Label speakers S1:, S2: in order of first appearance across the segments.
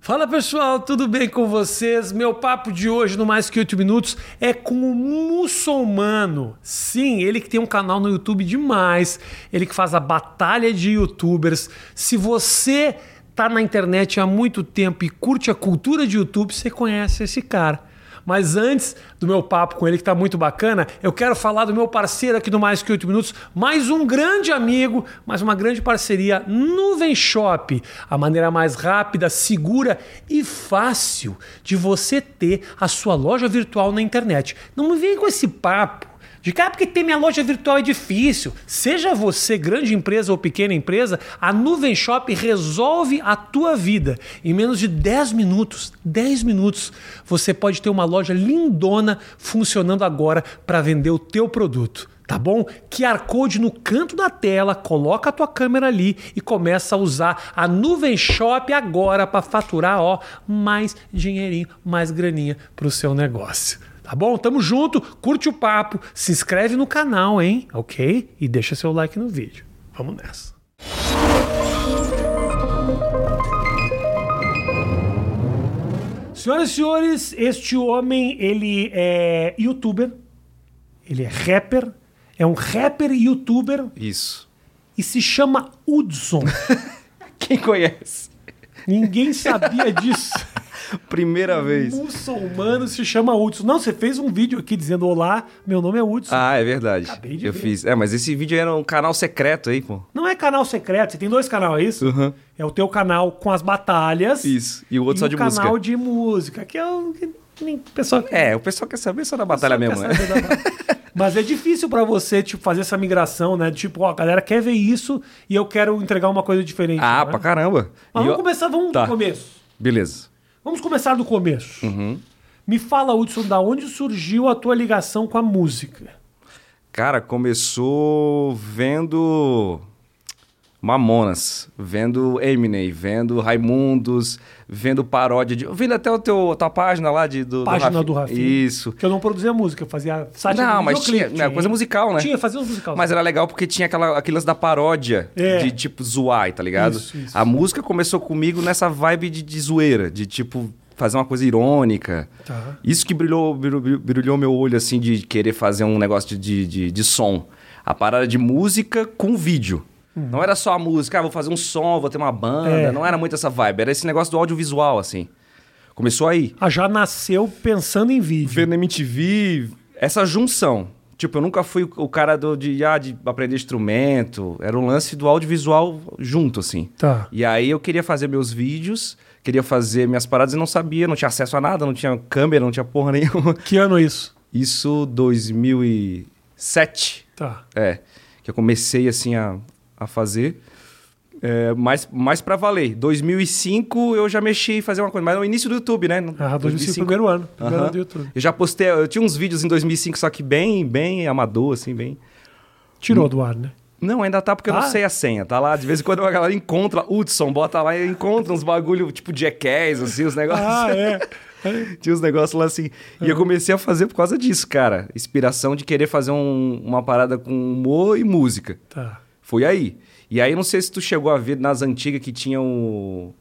S1: Fala pessoal, tudo bem com vocês? Meu papo de hoje, no mais que 8 minutos, é com o muçulmano. Sim, ele que tem um canal no YouTube demais, ele que faz a batalha de youtubers. Se você tá na internet há muito tempo e curte a cultura de YouTube, você conhece esse cara. Mas antes do meu papo com ele, que está muito bacana, eu quero falar do meu parceiro aqui do Mais Que 8 Minutos, mais um grande amigo, mais uma grande parceria, Nuvem Shop. A maneira mais rápida, segura e fácil de você ter a sua loja virtual na internet. Não me vem com esse papo. De cara, porque ter minha loja virtual é difícil. Seja você grande empresa ou pequena empresa, a Nuvem Shop resolve a tua vida. Em menos de 10 minutos, 10 minutos, você pode ter uma loja lindona funcionando agora para vender o teu produto. Tá bom? QR Code no canto da tela, coloca a tua câmera ali e começa a usar a Nuvem Shop agora para faturar ó, mais dinheirinho, mais graninha para o seu negócio. Tá bom? Tamo junto, curte o papo, se inscreve no canal, hein? Ok? E deixa seu like no vídeo. Vamos nessa. Senhoras e senhores, este homem, ele é youtuber, ele é rapper, é um rapper youtuber
S2: Isso.
S1: e se chama Hudson.
S2: Quem conhece?
S1: Ninguém sabia disso.
S2: Primeira vez.
S1: Muçulmano se chama Hudson. Não, você fez um vídeo aqui dizendo olá, meu nome é Hudson.
S2: Ah, é verdade.
S1: Acabei de
S2: eu
S1: ver.
S2: fiz. É, mas esse vídeo era um canal secreto aí, pô.
S1: Não é canal secreto, você tem dois canais, é isso?
S2: Uhum.
S1: É o teu canal com as batalhas.
S2: Isso. E o outro só
S1: o
S2: de
S1: canal
S2: música.
S1: de música, que é o que nem o pessoal que
S2: É, o pessoal quer saber só da batalha
S1: pessoal
S2: mesmo,
S1: quer
S2: né?
S1: saber da ba- Mas é difícil pra você, tipo, fazer essa migração, né? Tipo, ó, a galera quer ver isso e eu quero entregar uma coisa diferente.
S2: Ah,
S1: né?
S2: pra caramba.
S1: Mas
S2: E
S1: vamos
S2: eu-
S1: começar, vamos
S2: Tá.
S1: do começo.
S2: Beleza.
S1: Vamos começar do começo.
S2: Uhum.
S1: Me fala, Hudson, da onde surgiu a tua ligação com a música?
S2: Cara, começou vendo Mamonas, vendo Eminem, vendo Raimundos, vendo paródia de. Vendo até o teu, tua página lá de, do,
S1: Página
S2: Rafi-
S1: do Rafinha.
S2: Isso.
S1: Que eu não produzia música, eu fazia sátira
S2: Não,
S1: de
S2: mas
S1: videoclipe,
S2: tinha- né, coisa musical, né?
S1: Tinha, fazia uns musicais.
S2: Mas era legal porque tinha aquela, aquele lance da paródia
S1: É.
S2: de tipo zoar, tá ligado?
S1: Isso, isso.
S2: A música começou comigo nessa vibe de, de zoeira, de tipo fazer uma coisa irônica.
S1: Tá.
S2: Isso que brilhou, brilhou, brilhou meu olho, assim, de querer fazer um negócio de, de, de som. A parada de música com vídeo. Não era só a música, ah, vou fazer um som, vou ter uma banda.
S1: Hum. É.
S2: Não era muito essa vibe, era esse negócio do audiovisual, assim. Começou aí.
S1: Ah, já nasceu pensando em vídeo.
S2: Ver na MTV, essa junção. Tipo, eu nunca fui o cara do, de, ah, de aprender instrumento. Era um lance do audiovisual junto, assim.
S1: Tá.
S2: E aí eu queria fazer meus vídeos, queria fazer minhas paradas e não sabia, não tinha acesso a nada, não tinha câmera, não tinha porra nenhuma.
S1: Que ano é isso?
S2: Isso 2007.
S1: Tá.
S2: É, que eu comecei assim a, a fazer. É, mais, mais pra valer. 2005 eu já mexi em fazer uma coisa, mas no início do YouTube, né? No-
S1: Ah, 2005, primeiro ano. Primeiro
S2: Aham.
S1: ano do YouTube.
S2: Eu já postei, eu tinha uns vídeos em 2005, só que bem, bem amador, assim, bem.
S1: Tirou do ar, né?
S2: Não, ainda tá porque eu
S1: Ah.
S2: não sei a senha, tá lá. De vez em quando a galera encontra, Hudson, bota lá e encontra uns bagulho tipo jackass, assim, os negócios.
S1: Ah, é. Ah.
S2: Tinha uns negócios lá assim. E eu comecei a fazer por causa disso, cara. Inspiração de querer fazer um- uma parada com humor e música.
S1: Tá.
S2: Foi aí. E aí, não sei se tu chegou a ver nas antigas que tinha um,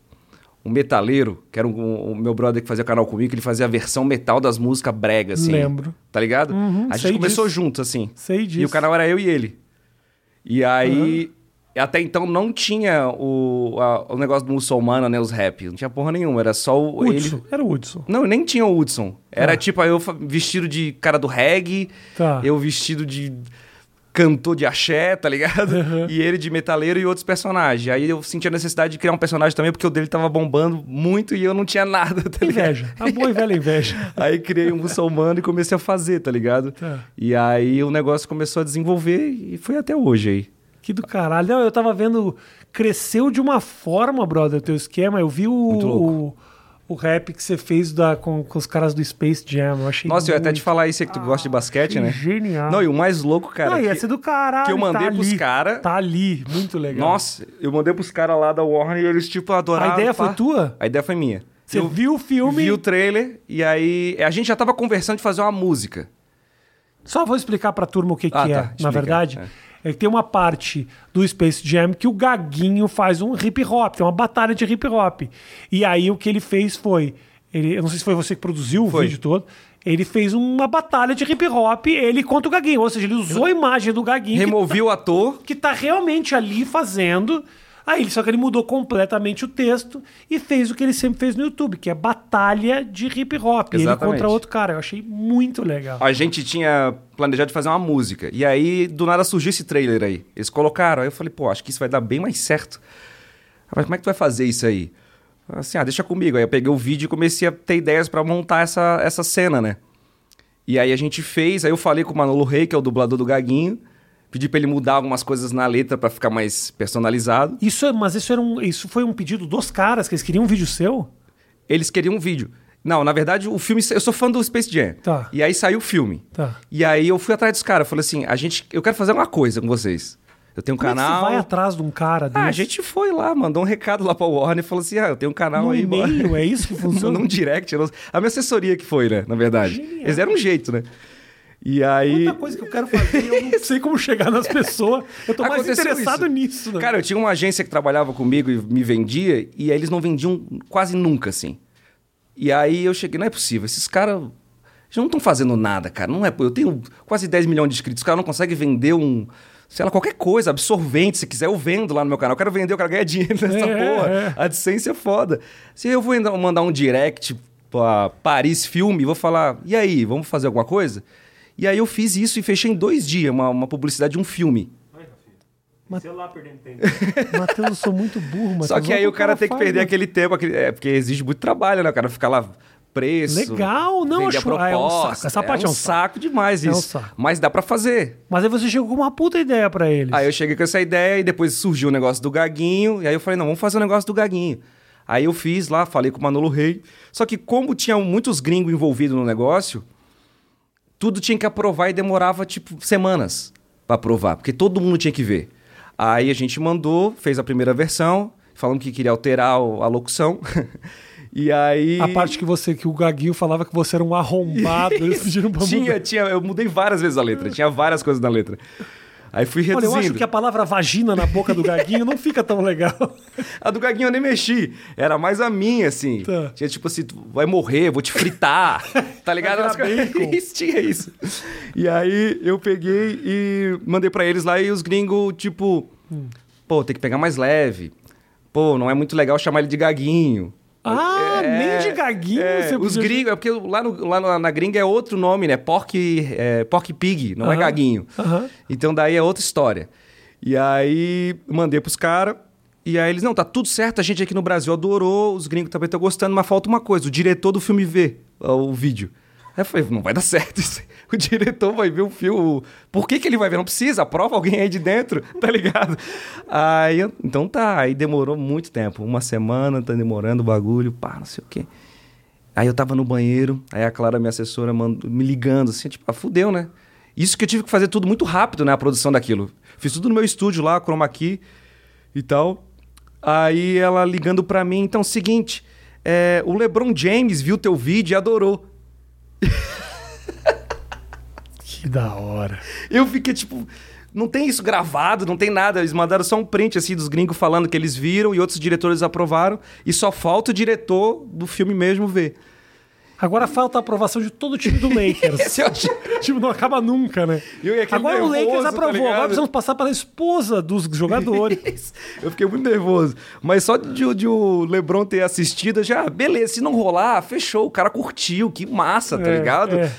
S2: um metaleiro, que era um- o meu brother que fazia canal comigo, que ele fazia a versão metal das músicas brega, assim.
S1: Lembro.
S2: Tá ligado?
S1: Uhum,
S2: a
S1: sei
S2: gente começou
S1: disso.
S2: junto, assim.
S1: Sei disso.
S2: E o canal era eu e ele. E aí,
S1: Uhum.
S2: até então não tinha o, a- o negócio do muçulmano, né? Os rap. Não tinha porra nenhuma. Era só o.
S1: Hudson.
S2: Ele...
S1: Era o Hudson.
S2: Não, nem tinha o Hudson. Era tipo eu fa- vestido de cara do reggae,
S1: Tá.
S2: eu vestido de cantor de axé, tá ligado? E ele de metaleiro e outros personagens. Aí eu senti a necessidade de criar um personagem também, porque o dele tava bombando muito e eu não tinha nada, tá ligado?
S1: Inveja. A boa e velha inveja.
S2: Aí criei um muçulmano e comecei a fazer, tá ligado?
S1: Tá.
S2: E aí o negócio começou a desenvolver e foi até hoje aí.
S1: Que do caralho. Não, eu tava vendo. Cresceu de uma forma, brother, o teu esquema. Eu vi o.
S2: Muito louco.
S1: O, o rap que você fez da, com, com os caras do Space Jam. Eu achei.
S2: Nossa, eu ia até
S1: muito-
S2: te falar isso aí que tu gosta de basquete,
S1: achei
S2: né?
S1: Ah, Genial.
S2: Não, e o mais louco, cara.
S1: Não, ia
S2: que-
S1: ser do caralho.
S2: que eu mandei
S1: tá
S2: pros
S1: ali.
S2: cara-
S1: Tá ali. Muito legal.
S2: Nossa, eu mandei pros caras lá da Warner e eles, tipo, adoraram.
S1: A ideia
S2: pá.
S1: foi tua?
S2: A ideia foi minha.
S1: Você
S2: eu
S1: viu o filme?
S2: vi o trailer e aí a gente já tava conversando de fazer uma música.
S1: Só vou explicar pra turma o que,
S2: Ah,
S1: que é,
S2: tá.
S1: na
S2: Explica,
S1: verdade.
S2: é.
S1: é que tem uma parte do Space Jam que o Gaguinho faz um hip hop, tem uma batalha de hip hop. E aí o que ele fez foi. Ele, eu não sei se foi você que produziu o
S2: Foi.
S1: vídeo todo. Ele fez uma batalha de hip hop, ele contra o Gaguinho. Ou seja, ele usou a imagem do Gaguinho. que
S2: Removi o ator.
S1: que tá realmente ali fazendo. Aí, ele- só que ele mudou completamente o texto e fez o que ele sempre fez no YouTube, que é batalha de hip hop. Ele
S2: Exatamente.
S1: contra outro cara. Eu achei muito legal.
S2: A gente tinha planejado fazer uma música. E aí, do nada, surgiu esse trailer aí. Eles colocaram. Aí eu falei, pô, acho que isso vai dar bem mais certo. Ah, Mas como é que tu vai fazer isso aí? Eu falei Assim, ah, deixa comigo. Aí eu peguei o vídeo e comecei a ter ideias pra montar essa, essa cena, né? E aí a gente fez. Aí eu falei com o Manolo Rey, que é o dublador do Gaguinho. Pedi pra ele mudar algumas coisas na letra pra ficar mais personalizado.
S1: Isso, é- mas isso, era um, isso foi um pedido dos caras, que eles queriam um vídeo seu?
S2: Eles queriam um vídeo. Não, na verdade, o filme. Eu sou fã do Space Jam.
S1: Tá.
S2: E aí saiu o filme.
S1: Tá.
S2: E aí eu fui atrás dos caras. Falei assim: a gente, eu quero fazer uma coisa com vocês. Eu tenho um
S1: Como é que
S2: canal.
S1: você vai atrás de um cara desse?
S2: ah, a gente foi lá, mandou um recado lá pra Warner e falou assim: ah, eu tenho um canal
S1: Num
S2: aí. bora."
S1: e-mail, é isso que funciona?
S2: Num direct. eu não- A minha assessoria que foi, né? Na verdade.
S1: Genial.
S2: Eles deram um jeito, né? E aí.
S1: Muita coisa que eu quero fazer, eu não sei como chegar nas pessoas. Eu tô mais
S2: Aconteceu
S1: interessado
S2: isso.
S1: nisso. Né?
S2: Cara, eu tinha uma agência que trabalhava comigo e me vendia, e aí eles não vendiam quase nunca, assim. E aí eu cheguei, não é possível, esses caras eles não estão fazendo nada, cara. Não é, eu tenho quase 10 milhões de inscritos, os caras não conseguem vender um, sei lá, qualquer coisa, absorvente, se quiser eu vendo lá no meu canal. Eu quero vender, eu quero ganhar dinheiro nessa
S1: É,
S2: porra.
S1: é.
S2: A AdSense é foda. Se eu vou ainda mandar um direct pra Paris Filme, vou falar, e aí, vamos fazer alguma coisa? E aí eu fiz isso e fechei em dois dias uma- uma publicidade de um filme.
S3: Sei lá, perdendo tempo.
S1: Matheus, eu sou muito burro, Matheus.
S2: Só que
S1: Olha
S2: aí
S1: o
S2: o cara, tem que
S1: tá faz,
S2: perder
S1: né?
S2: aquele tempo, aquele- é, porque exige muito trabalho, né? O cara ficar lá preso.
S1: Legal, não,
S2: vender a
S1: acho- ah, é um saco.
S2: proposta.
S1: Essa parte é um
S2: saco demais
S1: É um
S2: isso.
S1: saco.
S2: Mas dá pra fazer.
S1: Mas aí você chegou com uma puta ideia pra eles.
S2: Aí eu cheguei com essa ideia e depois surgiu o negócio do Gaguinho. E aí eu falei, não, vamos fazer o negócio do Gaguinho. Aí eu fiz lá, falei com o Manolo Rei. Só que como tinha muitos gringos envolvidos no negócio, tudo tinha que aprovar e demorava, tipo, semanas pra aprovar. Porque todo mundo tinha que ver. Aí a gente mandou, fez a primeira versão, falando que queria alterar o- a locução. e aí...
S1: A parte que você, que o Gaguinho falava que você era um arrombado, eles pediram pra
S2: Tinha,
S1: mudar.
S2: tinha... Eu mudei várias vezes a letra. Tinha várias coisas na letra. Aí fui
S1: Olha,
S2: reduzindo.
S1: eu acho que a palavra vagina na boca do Gaguinho não fica tão legal.
S2: A do Gaguinho eu nem mexi. Era mais a minha, assim.
S1: Tá.
S2: Tinha tipo assim, tu vai morrer, vou te fritar. tá ligado?
S1: Vai
S2: Umas
S1: virar
S2: coisas-
S1: bacon.
S2: isso, tinha isso. E aí eu peguei e mandei pra eles lá e os gringos, tipo,
S1: Hum.
S2: pô, tem que pegar mais leve. Pô, não é muito legal chamar ele de Gaguinho.
S1: Ah, nem de Gaguinho
S2: é,
S1: você
S2: Os
S1: podia-
S2: gringos, é porque lá, no- lá na, na gringa é outro nome, né? Pork, é, pork Pig, não é
S1: Aham.
S2: Gaguinho.
S1: Aham.
S2: Então daí é outra história. E aí mandei pros caras. E aí eles, não, tá tudo certo, a gente aqui no Brasil adorou, os gringos também estão gostando, mas falta uma coisa, o diretor do filme vê ó, o vídeo. Aí eu falei, não vai dar certo isso. O diretor vai ver o filme. Por que, que ele vai ver? Não precisa, aprova alguém aí de dentro, tá ligado? Aí, eu- então tá, aí demorou muito tempo. Uma semana, tá demorando o bagulho, pá, não sei o quê. Aí eu tava no banheiro, aí a Clara, minha assessora, mandou, me ligando, assim, tipo, ah, fudeu, né? Isso que eu tive que fazer tudo muito rápido, né? A produção daquilo. Fiz tudo no meu estúdio lá, chroma key e tal. Aí ela ligando pra mim, então, seguinte, é, o LeBron James viu teu vídeo e adorou.
S1: Que da hora.
S2: Eu fiquei tipo. Não tem isso gravado, não tem nada. Eles mandaram só um print assim dos gringos falando que eles viram e outros diretores aprovaram. E só falta o diretor do filme mesmo ver.
S1: Agora falta a aprovação de todo o time do Lakers.
S2: Esse é o ti-
S1: O time não acaba nunca, né?
S2: E eu ia aquele
S1: Agora o Lakers
S2: nervoso, tá
S1: aprovou. Agora
S2: ligado?
S1: precisamos passar para a esposa dos jogadores.
S2: Eu fiquei muito nervoso. Mas só de, de o Lebron ter assistido, eu já, "Ah, beleza, se não rolar, fechou. O cara curtiu, que massa, tá
S1: É,
S2: ligado?
S1: é.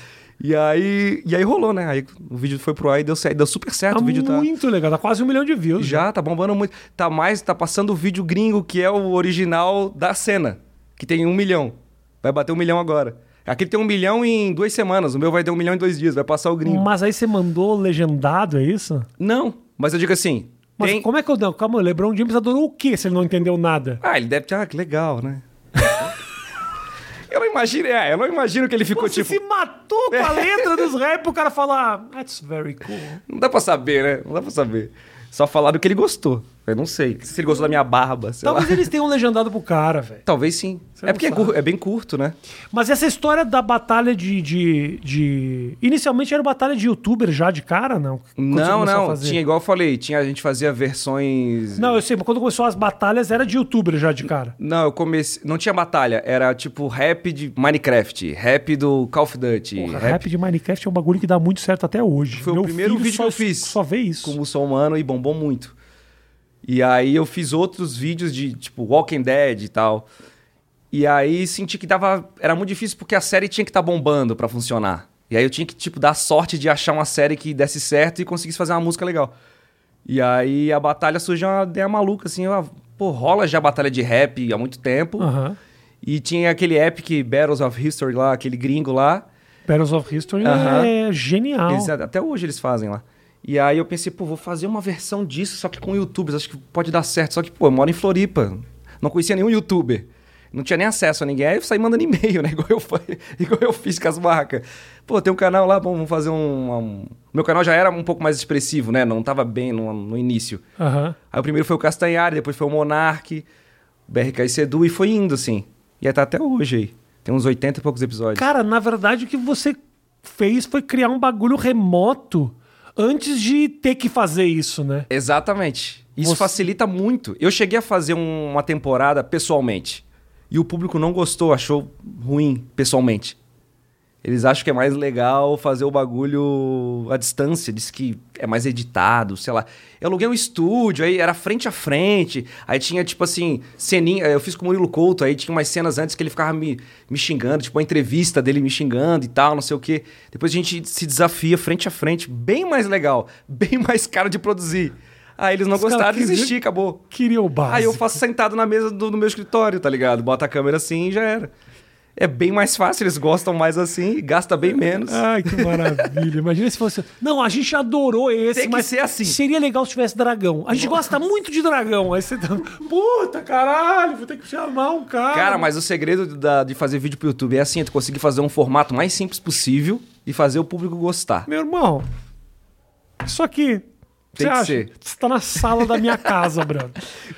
S2: E aí, e aí rolou, né? Aí o vídeo foi pro ar e deu, certo, deu super certo.
S1: Tá
S2: o vídeo tá.
S1: muito legal, tá quase um milhão de views.
S2: Já, tá bombando muito. Tá mais, tá passando o vídeo gringo, que é o original da cena, que tem um milhão. Vai bater um milhão agora. Aquele tem um milhão em duas semanas, o meu vai ter um milhão em dois dias, vai passar o gringo.
S1: Mas aí você mandou legendado, é isso?
S2: Não, mas eu digo assim.
S1: Mas
S2: tem...
S1: como é que eu. não, Calma, o LeBron James adorou o quê se ele não entendeu nada?
S2: Ah, ele deve ter. Ah, que legal, né? eu não imagino, é, eu não imagino que ele ficou
S1: Você
S2: tipo.
S1: se matou com a letra dos rap pro cara falar, "Ah, that's very cool.
S2: Não dá pra saber, né? Não dá pra saber. Só falar do que ele gostou. Eu não sei. Se ele gostou da minha barba, sei
S1: Talvez
S2: lá.
S1: eles tenham legendado pro cara, velho.
S2: Talvez sim.
S1: Você
S2: É
S1: não
S2: porque é,
S1: sabe.
S2: cur- é bem curto, né?
S1: Mas essa história da batalha de, de, de- Inicialmente era batalha de youtuber já de cara, não? Quando você
S2: não,
S1: começou a
S2: não.
S1: fazer?
S2: Tinha igual eu falei, tinha, a gente fazia versões.
S1: Não, eu sei, mas quando começou as batalhas era de youtuber já de cara.
S2: Não, eu comecei. Não tinha batalha, era tipo rap de Minecraft, rap do Call of Duty.
S1: Porra, rap. de Minecraft é um bagulho que dá muito certo até hoje.
S2: Foi o primeiro
S1: filho
S2: vídeo
S1: só,
S2: que eu fiz.
S1: Só vê isso.
S2: como sou humano e bombou muito. E aí eu fiz outros vídeos de tipo Walking Dead e tal. E aí senti que dava, era muito difícil porque a série tinha que estar bombando pra funcionar. E aí eu tinha que tipo dar sorte de achar uma série que desse certo e conseguisse fazer uma música legal. E aí a batalha surgiu uma ideia maluca assim, eu, ah, pô, rola já batalha de rap há muito tempo.
S1: Aham.
S2: E tinha aquele epic Battles of History lá, aquele gringo lá.
S1: Battles of History
S2: Aham.
S1: é genial.
S2: Eles- até hoje eles fazem lá. E aí eu pensei, pô, vou fazer uma versão disso, só que com youtubers, acho que pode dar certo. Só que, pô, eu moro em Floripa, não conhecia nenhum youtuber. Não tinha nem acesso a ninguém. Aí eu saí mandando e-mail, né? Igual eu, fa- igual eu fiz com as marcas. Pô, tem um canal lá, bom, vamos fazer um, um- Meu canal já era um pouco mais expressivo, né? Não tava bem no, no início.
S1: Aham.
S2: Aí o primeiro foi o Castanhari, depois foi o Monark, BRK e Sedu, e foi indo, assim. E aí tá até hoje aí. Tem uns 80 e poucos episódios.
S1: Cara, na verdade, o que você fez foi criar um bagulho remoto antes de ter que fazer isso, né?
S2: Exatamente. Isso
S1: Você-
S2: facilita muito. Eu cheguei a fazer um- uma temporada pessoalmente. E o público não gostou, achou ruim pessoalmente. Eles acham que é mais legal fazer o bagulho à distância, diz que é mais editado, sei lá. Eu aluguei um estúdio, aí era frente a frente, aí tinha, tipo assim, ceninha. Eu fiz com o Murilo Couto, aí tinha umas cenas antes que ele ficava me, me xingando, tipo, a entrevista dele me xingando e tal, não sei o quê. Depois a gente se desafia frente a frente, bem mais legal, bem mais caro de produzir. Aí eles não
S1: Os caras
S2: gostaram,
S1: queriam-
S2: desisti, acabou.
S1: Queria o básico.
S2: Aí Ah, eu faço sentado na mesa do, do meu escritório, tá ligado? Bota a câmera assim e já era. É bem mais fácil, eles gostam mais assim e gasta bem menos.
S1: Ai, que maravilha. Imagina se fosse. Não, a gente adorou esse,
S2: Tem que
S1: mas
S2: ser assim.
S1: seria legal se tivesse dragão. A gente gosta muito de dragão. Aí você tá. Puta, caralho, vou ter que chamar um cara.
S2: Cara, mas o segredo da- de fazer vídeo pro YouTube é assim, é tu conseguir fazer um formato mais simples possível e fazer o público gostar.
S1: Meu irmão, isso aqui.
S2: Tem
S1: você
S2: que
S1: acha?
S2: ser.
S1: Você tá na sala da minha casa, Bruno.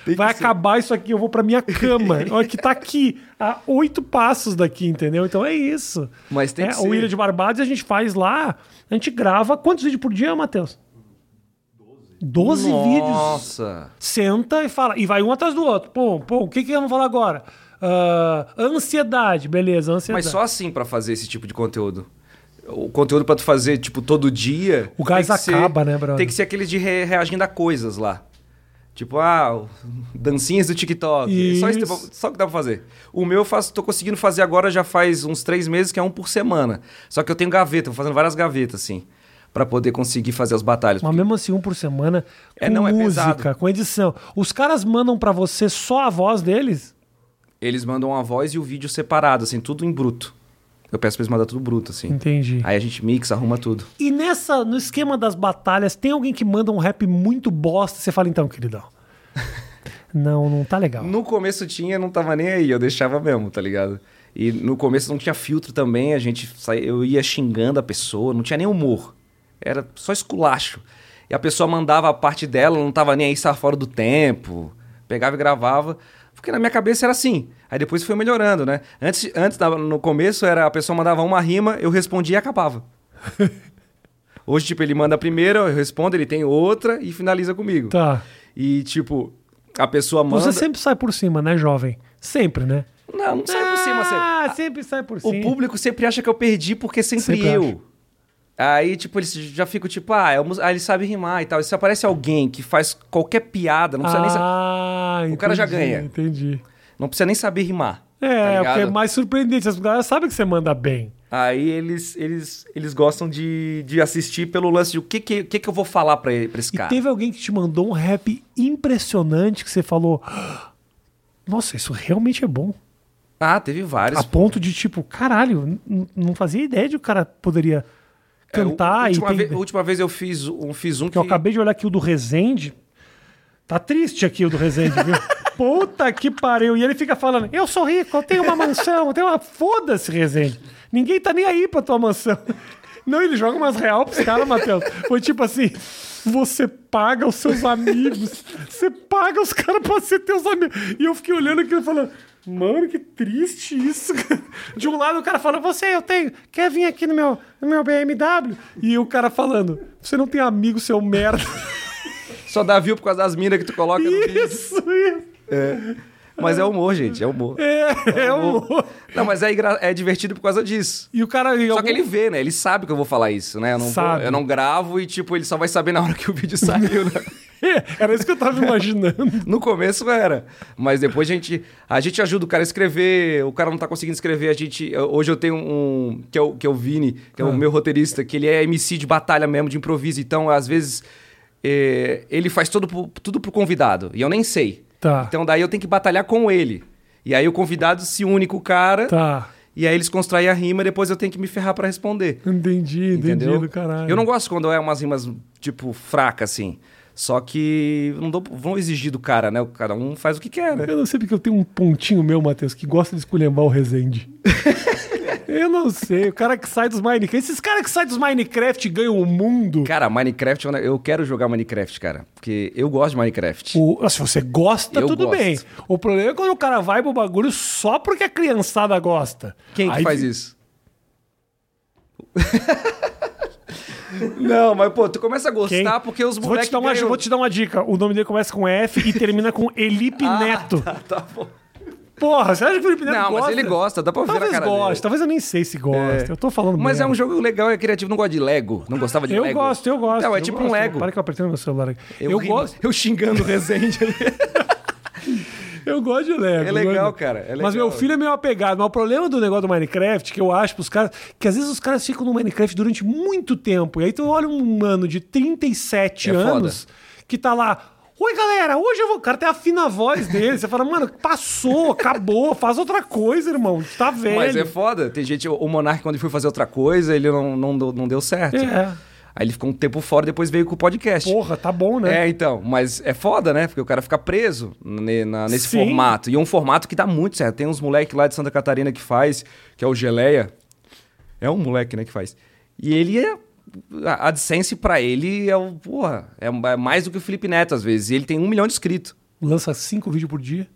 S2: que
S1: Vai
S2: ser.
S1: acabar isso aqui, eu vou pra minha cama. Olha que tá aqui, a oito passos daqui, entendeu? Então é isso.
S2: Mas tem
S1: é,
S2: que
S1: O
S2: ser.
S1: Ilha de Barbados a gente faz lá, a gente grava. Quantos vídeos por dia, Matheus? Doze. Doze vídeos
S2: Nossa.
S1: senta e fala. E vai um atrás do outro. Pô, pô, o que que vamos falar agora? Ah, ansiedade, beleza, ansiedade.
S2: Mas só assim pra fazer esse tipo de conteúdo. O conteúdo pra tu fazer, tipo, todo dia.
S1: O gás
S2: tem que ser-
S1: acaba, né, brother?
S2: Tem que ser aquele de re- reagindo a coisas lá. Tipo, ah, o- dancinhas do TikTok. É Só, isso, que dá
S1: Isso.
S2: pra- só que dá pra fazer. O meu eu faço, tô conseguindo fazer agora já faz uns três meses, que é um por semana. Só que eu tenho gaveta, vou fazendo várias gavetas, assim, pra poder conseguir fazer as batalhas.
S1: Mas mesmo assim, um por semana, com
S2: É, não, é
S1: música,
S2: pesado.
S1: com edição. Os caras mandam pra você só a voz deles?
S2: Eles mandam a voz e o vídeo separado, assim, tudo em bruto. Eu peço pra eles mandar tudo bruto, assim.
S1: Entendi.
S2: Aí a gente mixa, arruma tudo.
S1: E nessa, no esquema das batalhas, tem alguém que manda um rap muito bosta e você fala, então, queridão. não, não tá legal.
S2: No começo tinha, não tava nem aí, eu deixava mesmo, tá ligado? E no começo não tinha filtro também, a gente saía, eu ia xingando a pessoa, não tinha nem humor. Era só esculacho. E a pessoa mandava a parte dela, não tava nem aí, estava fora do tempo. Pegava e gravava. Porque na minha cabeça era assim. Aí depois foi melhorando, né? Antes, antes na- no começo era a pessoa mandava uma rima, eu respondia e acabava. Hoje, tipo, ele manda a primeira, eu respondo, ele tem outra e finaliza comigo.
S1: Tá.
S2: E, tipo, a pessoa manda.
S1: Você sempre sai por cima, né, jovem? Sempre, né?
S2: Não, não sai por cima.
S1: Ah,
S2: Sempre.
S1: sempre sai por
S2: O
S1: cima.
S2: público sempre acha que eu perdi porque sempre,
S1: Sempre
S2: eu.
S1: acha.
S2: Aí, tipo, eles já ficam tipo, ah, é o mus- ah, ele sabe rimar e tal. E se aparece alguém que faz qualquer piada, não precisa, nem, sa-
S1: ah,
S2: O cara já ganha.
S1: Entendi.
S2: não precisa nem saber rimar.
S1: Ah. É,
S2: tá
S1: porque é
S2: ligado?
S1: mais surpreendente. As galera sabem que você manda bem.
S2: Aí eles, eles, eles gostam de, de assistir pelo lance de o que, que, o que, que eu vou falar pra, ele- pra esse
S1: E
S2: cara.
S1: teve alguém que te mandou um rap impressionante que você falou. "Ah, Nossa, isso realmente é bom.
S2: Ah, teve vários.
S1: A ponto de tipo, caralho, n- n- não fazia ideia de o cara poderia
S2: É, o-
S1: cantar e
S2: última,
S1: tem...
S2: ve- última vez eu fiz um, fiz um
S1: Que eu acabei de olhar aqui o do Rezende. Tá triste aqui o do Rezende, viu? Puta que pariu. E ele fica falando: eu sou rico, eu tenho uma mansão, eu tenho uma. Foda-se, Rezende. Ninguém tá nem aí pra tua mansão. Não, ele joga umas real pros caras, Matheus. Foi tipo assim: Você paga os seus amigos. você paga os caras pra ser teus amigos. E eu fiquei olhando aquilo e falando. Mano, que triste isso. cara." De um lado o cara fala, você, eu tenho, quer vir aqui no meu, no meu BMW? E o cara falando, você não tem amigo, seu merda.
S2: Só dá view por causa das minas que tu coloca no vídeo.
S1: isso, isso.
S2: Mas é humor, gente, é humor.
S1: É, é humor.
S2: Não, mas é, engra- é divertido por causa disso.
S1: E o cara.
S2: Só que ele vê, né? Ele sabe que eu vou falar isso, né? Eu não, vou-
S1: Sabe.
S2: eu não gravo e, tipo, ele só vai saber na hora que o vídeo saiu, né?
S1: É, Era isso que eu tava imaginando.
S2: No começo era, mas depois a gente, a gente ajuda o cara a escrever, o cara não tá conseguindo escrever, a gente... eu- Hoje eu tenho um... que é o, que é o Vini, que
S1: Ah.
S2: é o meu roteirista, que ele é MC de batalha mesmo, de improviso. Então, às vezes, é, ele faz tudo pro, tudo pro convidado, e eu nem sei.
S1: Tá.
S2: Então, daí eu tenho que batalhar com ele. E aí o convidado se une com o cara,
S1: Tá.
S2: e aí eles constroem a rima, e depois eu tenho que me ferrar pra responder.
S1: Entendi, entendi
S2: Entendeu?
S1: do caralho.
S2: Eu não gosto quando é umas rimas, tipo, fraca, assim. Só que não dou, vão exigir do cara, né? O Cada um faz o que quer, né?
S1: Eu não sei porque eu tenho um pontinho meu, Matheus, que gosta de esculhambar o Rezende. eu não sei. O cara que sai dos Minecraft. Esses caras que saem dos Minecraft e ganham o mundo.
S2: Cara, Minecraft, eu ne- eu quero jogar Minecraft, cara. Porque eu gosto de Minecraft.
S1: O- se você gosta,
S2: Eu
S1: tudo
S2: gosto.
S1: bem. O problema é quando o cara vai pro bagulho só porque a criançada gosta.
S2: Quem é que
S1: Aí
S2: faz isso? não, mas pô, tu começa a gostar
S1: Quem?
S2: Tá, porque os
S1: vou
S2: moleques
S1: te, dar uma,
S2: ganham...
S1: vou te dar uma dica. O nome dele começa com F e termina com Elipe Neto.
S2: Tá bom.
S1: Porra, você acha que o Felipe Neto
S2: Não, mas
S1: gosta?
S2: ele gosta, dá pra ver
S1: Talvez
S2: na cara
S1: goste,
S2: dele.
S1: talvez eu nem sei se gosta. Eu tô falando
S2: Mas é
S1: merda.
S2: um jogo legal, é criativo. Não gosta de Lego. Não gostava de
S1: Eu
S2: Lego.
S1: gosto, eu gosto.
S2: Não, é
S1: eu
S2: tipo um
S1: gosto.
S2: Lego.
S1: Para que eu apertei no meu celular aqui. Eu,
S2: ri-
S1: gosto,
S2: Eu xingando o Resende ali.
S1: eu gosto de Lego.
S2: É legal,
S1: eu gosto de-
S2: cara, é legal.
S1: Mas meu filho é meio apegado. Mas o problema do negócio do Minecraft, que eu acho pros caras, que às vezes os caras ficam no Minecraft durante muito tempo. E aí tu olha um mano de 37
S2: É foda.
S1: anos que tá lá. Oi, galera, hoje eu vou. O cara até afina a voz dele. Você fala, mano, passou, acabou, faz outra coisa, irmão. Tu tá velho.
S2: Mas é foda. Tem gente, o Monark, quando ele foi fazer outra coisa, ele não, não, deu, não deu certo.
S1: É.
S2: Aí ele ficou um tempo fora, depois veio com o podcast.
S1: Porra, tá bom, né?
S2: É, então, mas é foda, né? Porque o cara fica preso ne- na- nesse
S1: Sim.
S2: formato. E é um formato que dá muito certo. Tem uns moleques lá de Santa Catarina que faz, que é o Geleia. É um moleque, né, que faz. E ele é. A AdSense pra ele é o. Porra, é mais do que o Felipe Neto, às vezes. E ele tem um milhão de inscritos.
S1: Lança cinco vídeos por dia.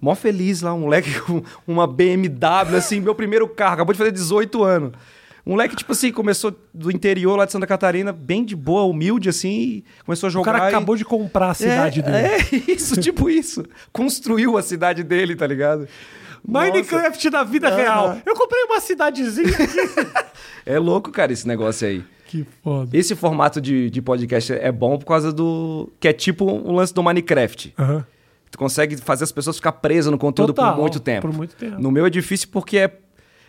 S2: Mó feliz lá, um moleque com uma BMW, assim, meu primeiro carro, acabou de fazer 18 anos. Um moleque, tipo assim, começou do interior lá de Santa Catarina, bem de boa, humilde, assim, e começou a
S1: O
S2: jogar.
S1: cara
S2: e-
S1: acabou de comprar a cidade
S2: é,
S1: dele.
S2: É, isso, tipo isso. Construiu a cidade dele, tá ligado? Nossa,
S1: Minecraft da vida real. Eu comprei uma cidadezinha aqui.
S2: É louco, cara, esse negócio aí.
S1: que foda.
S2: Esse formato de, de podcast é bom por causa do. que é tipo o lance do Minecraft.
S1: Aham.
S2: Tu consegue fazer as pessoas ficar presas no conteúdo
S1: Total,
S2: por muito tempo.
S1: por muito tempo.
S2: No meu é difícil porque é.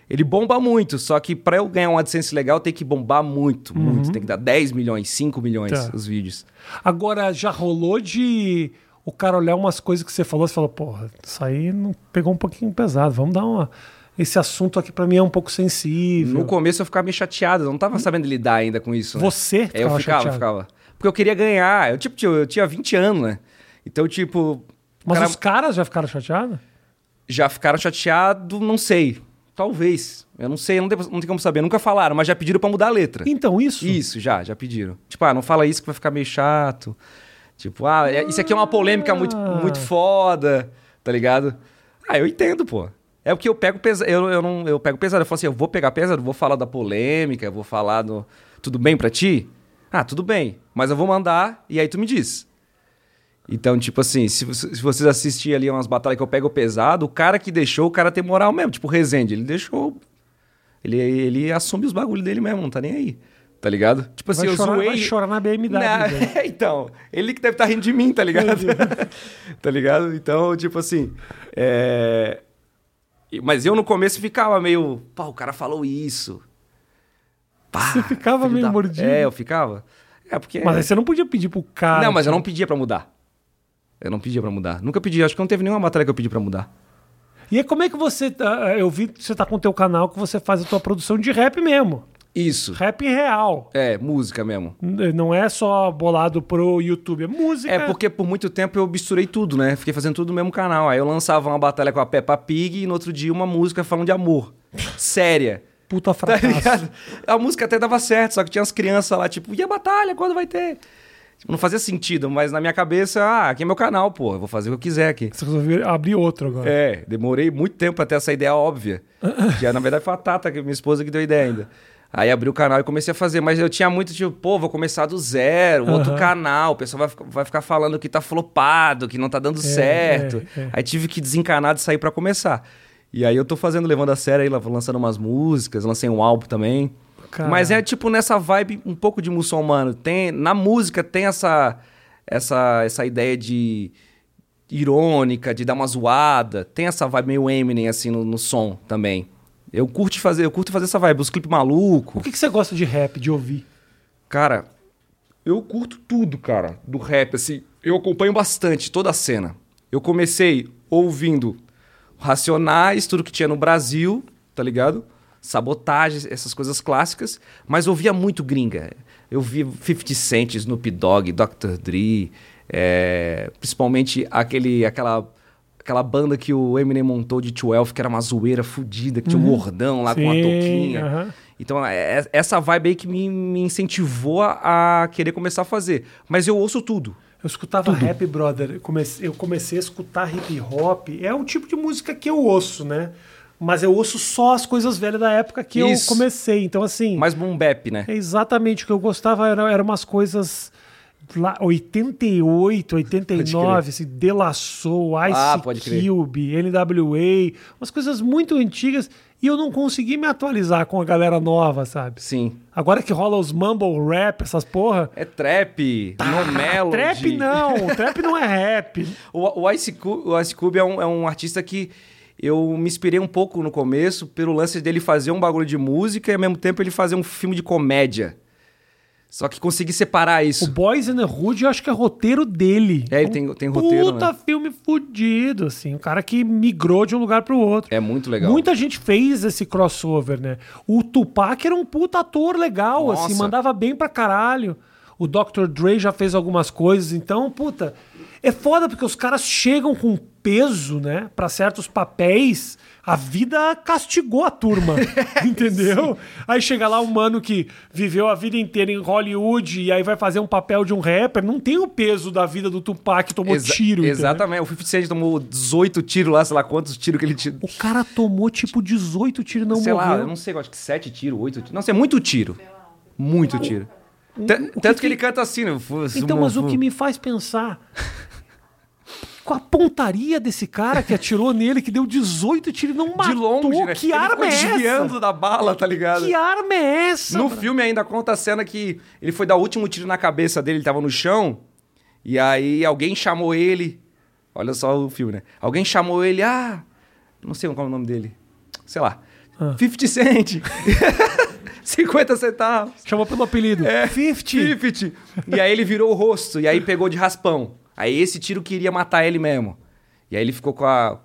S2: Ele bomba muito, só que pra eu ganhar um AdSense legal tem que bombar muito, muito. Tem que dar 10 milhões, 5 milhões
S1: Uhum. Tá.
S2: os vídeos.
S1: Agora, já rolou de o cara olhar umas coisas que você falou, você fala, porra, isso aí não pegou um pouquinho pesado, vamos dar uma... Esse assunto aqui pra mim é um pouco sensível.
S2: No começo eu ficava meio chateado, eu não tava sabendo lidar ainda com isso. né?
S1: Você
S2: É, eu
S1: ficava
S2: ficava,
S1: chateado?
S2: ficava. Porque eu queria ganhar. Eu, tipo, tinha- eu tinha 20 anos, né? Então, tipo.
S1: Mas
S2: cara-
S1: os caras já ficaram chateados?
S2: já ficaram chateados, não sei. Talvez. Eu não sei, não tem, não tem como saber. Nunca falaram, mas já pediram pra mudar a letra.
S1: Então, isso?
S2: Isso, já, já pediram. Tipo, ah, não fala isso que vai ficar meio chato. Tipo, ah, é- isso aqui é uma polêmica muito, muito foda, tá ligado? Ah, eu entendo, pô. É porque eu pego pesado, eu, eu não, eu pego pesado. Eu falo assim, eu vou pegar pesado, vou falar da polêmica, eu vou falar do... Tudo bem pra ti? Ah, tudo bem. Mas eu vou mandar e aí tu me diz. Então, tipo assim, se, vo- se vocês assistirem ali umas batalhas que eu pego pesado, o cara que deixou, o cara tem moral mesmo. Tipo, o Rezende, ele deixou. Ele, ele assume os bagulhos dele mesmo, não tá nem aí. Tá ligado? Tipo assim,
S1: Vai
S2: eu
S1: chorar-
S2: zoei.
S1: vai chorar na BMW, velho.
S2: É, então, ele que deve estar rindo de mim, tá ligado?
S1: Uhum.
S2: tá ligado? Então, tipo assim. é, e- Mas eu no começo ficava meio. Pá, o cara falou isso. Pá,
S1: Você ficava
S2: filho
S1: meio
S2: da-
S1: mordido.
S2: É, eu ficava. É porque.
S1: Mas aí você não podia pedir pro cara...
S2: Não, mas eu não pedia pra mudar. Eu não pedia pra mudar. Nunca pedi, acho que não teve nenhuma matéria que eu pedi pra mudar.
S1: E aí, como é que você... ah, Eu vi que você tá com o teu canal, que você faz a tua produção de rap mesmo.
S2: Isso.
S1: Rap real.
S2: É, música mesmo.
S1: N- Não é só bolado pro YouTube, é música.
S2: É porque por muito tempo eu misturei tudo, né? Fiquei fazendo tudo no mesmo canal. Aí eu lançava uma batalha com a Peppa Pig e no outro dia uma música falando de amor. Séria.
S1: Puta
S2: Tá
S1: fracasso.
S2: ligado? A música até dava certo, só que tinha as crianças lá, tipo, e a batalha? Quando vai ter? Tipo, não fazia sentido, mas na minha cabeça, ah, aqui é meu canal, pô, eu vou fazer o que eu quiser aqui.
S1: Você resolveu abrir outro agora.
S2: É, demorei muito tempo pra ter essa ideia óbvia. que é, na verdade foi a Tata, que minha esposa, que deu a ideia ainda. Aí abri o canal e comecei a fazer, mas eu tinha muito tipo, pô, vou começar do zero, um outro
S1: Aham.
S2: canal, o pessoal vai, ficar- vai ficar falando que tá flopado, que não tá dando certo.
S1: é, é.
S2: Aí tive que desencanar de sair pra começar. E aí eu tô fazendo, levando a sério aí, lançando umas músicas, lancei um álbum também.
S1: Cara.
S2: Mas é tipo nessa vibe um pouco de muçulmano. Tem, na música tem essa, essa, essa ideia de irônica, de dar uma zoada. Tem essa vibe meio Eminem assim no, no som também. Eu curto fazer, eu curto fazer essa vibe, os clipes maluco.
S1: O que, que você gosta de rap, de ouvir?
S2: Cara, eu curto tudo, cara, do rap assim. Eu acompanho bastante toda a cena. Eu comecei ouvindo Racionais, tudo que tinha no Brasil, tá ligado? Sabotagens, essas coisas clássicas, mas ouvia muito gringa. Eu vi 50 Cent, Snoop Dogg, Dr. Dre, é, principalmente aquele, aquela, aquela banda que o Eminem montou de 12, que era uma zoeira fodida, que tinha um gordão lá com uma
S1: Sim,
S2: touquinha.
S1: aham.
S2: Então, é- é- essa vibe aí que me, me incentivou a, a querer começar a fazer. Mas eu ouço tudo.
S1: Eu escutava rap, brother. Eu comecei, eu comecei a escutar hip hop. É um tipo de música que eu ouço, né? Mas eu ouço só as coisas velhas da época que
S2: Isso.
S1: eu comecei. Então, assim,
S2: Mais boom bap, né?
S1: é exatamente o que eu gostava. Era, era umas coisas lá, 88, 89, assim, De La Soul, Ice
S2: Ah, pode crer.
S1: Cube, NWA, umas coisas muito antigas. E eu não consegui me atualizar com a galera nova, sabe?
S2: Sim.
S1: Agora que rola os mumble rap, essas porra.
S2: É trap, no
S1: Tá.
S2: melody.
S1: Trap não, trap não é rap.
S2: O, o Ice Cube, o Ice Cube é, um, é um artista que eu me inspirei um pouco no começo pelo lance dele fazer um bagulho de música e ao mesmo tempo ele fazer um filme de comédia. Só que consegui separar
S1: O
S2: isso.
S1: Boys in the Hood, eu acho que é roteiro dele.
S2: É, ele
S1: um
S2: tem- tem roteiro, né?
S1: Puta filme fudido, assim. O cara que migrou de um lugar pro outro.
S2: É muito legal.
S1: Muita gente fez esse crossover, né? O Tupac era um puta ator legal,
S2: Nossa.
S1: assim, mandava bem pra caralho. O Dr. Dre já fez algumas coisas, então, puta. É foda porque os caras chegam com peso, né? Pra certos papéis. A vida castigou a turma, entendeu? Aí chega lá um mano que viveu a vida inteira em Hollywood e aí vai fazer um papel de um rapper. Não tem o peso da vida do Tupac que tomou
S2: Exa-
S1: tiro. entendeu?
S2: Exatamente. O 50 Cent tomou 18 tiros lá, sei lá quantos tiros que ele tirou.
S1: O cara tomou tipo 18 tiros e não
S2: sei
S1: morreu.
S2: lá, eu não sei, eu acho que sete tiros, oito tiros. Nossa, é muito tiro. Muito tiro. Tan- Tanto que ele canta assim, né? Fu-
S1: Então,
S2: fu-
S1: mas o
S2: fu-
S1: que me faz pensar. Com a pontaria desse cara que atirou nele, que deu 18 tiros e não matou.
S2: De longe, né?
S1: Que
S2: Ele
S1: arma
S2: ficou
S1: é
S2: desviando
S1: essa?
S2: da bala, tá ligado?
S1: Que arma é essa?
S2: No filme ainda conta a cena que ele foi dar o último tiro na cabeça dele, ele tava no chão, e aí alguém chamou ele. Olha só o filme, né? Alguém chamou ele, ah, não sei qual é o nome dele. Sei lá.
S1: Ah.
S2: 50 Cent. 50 centavos.
S1: Chamou pelo apelido.
S2: É,
S1: 50.
S2: Tift. E aí ele virou o rosto, e aí pegou de raspão. Aí esse tiro queria matar ele mesmo. E aí ele ficou com, a-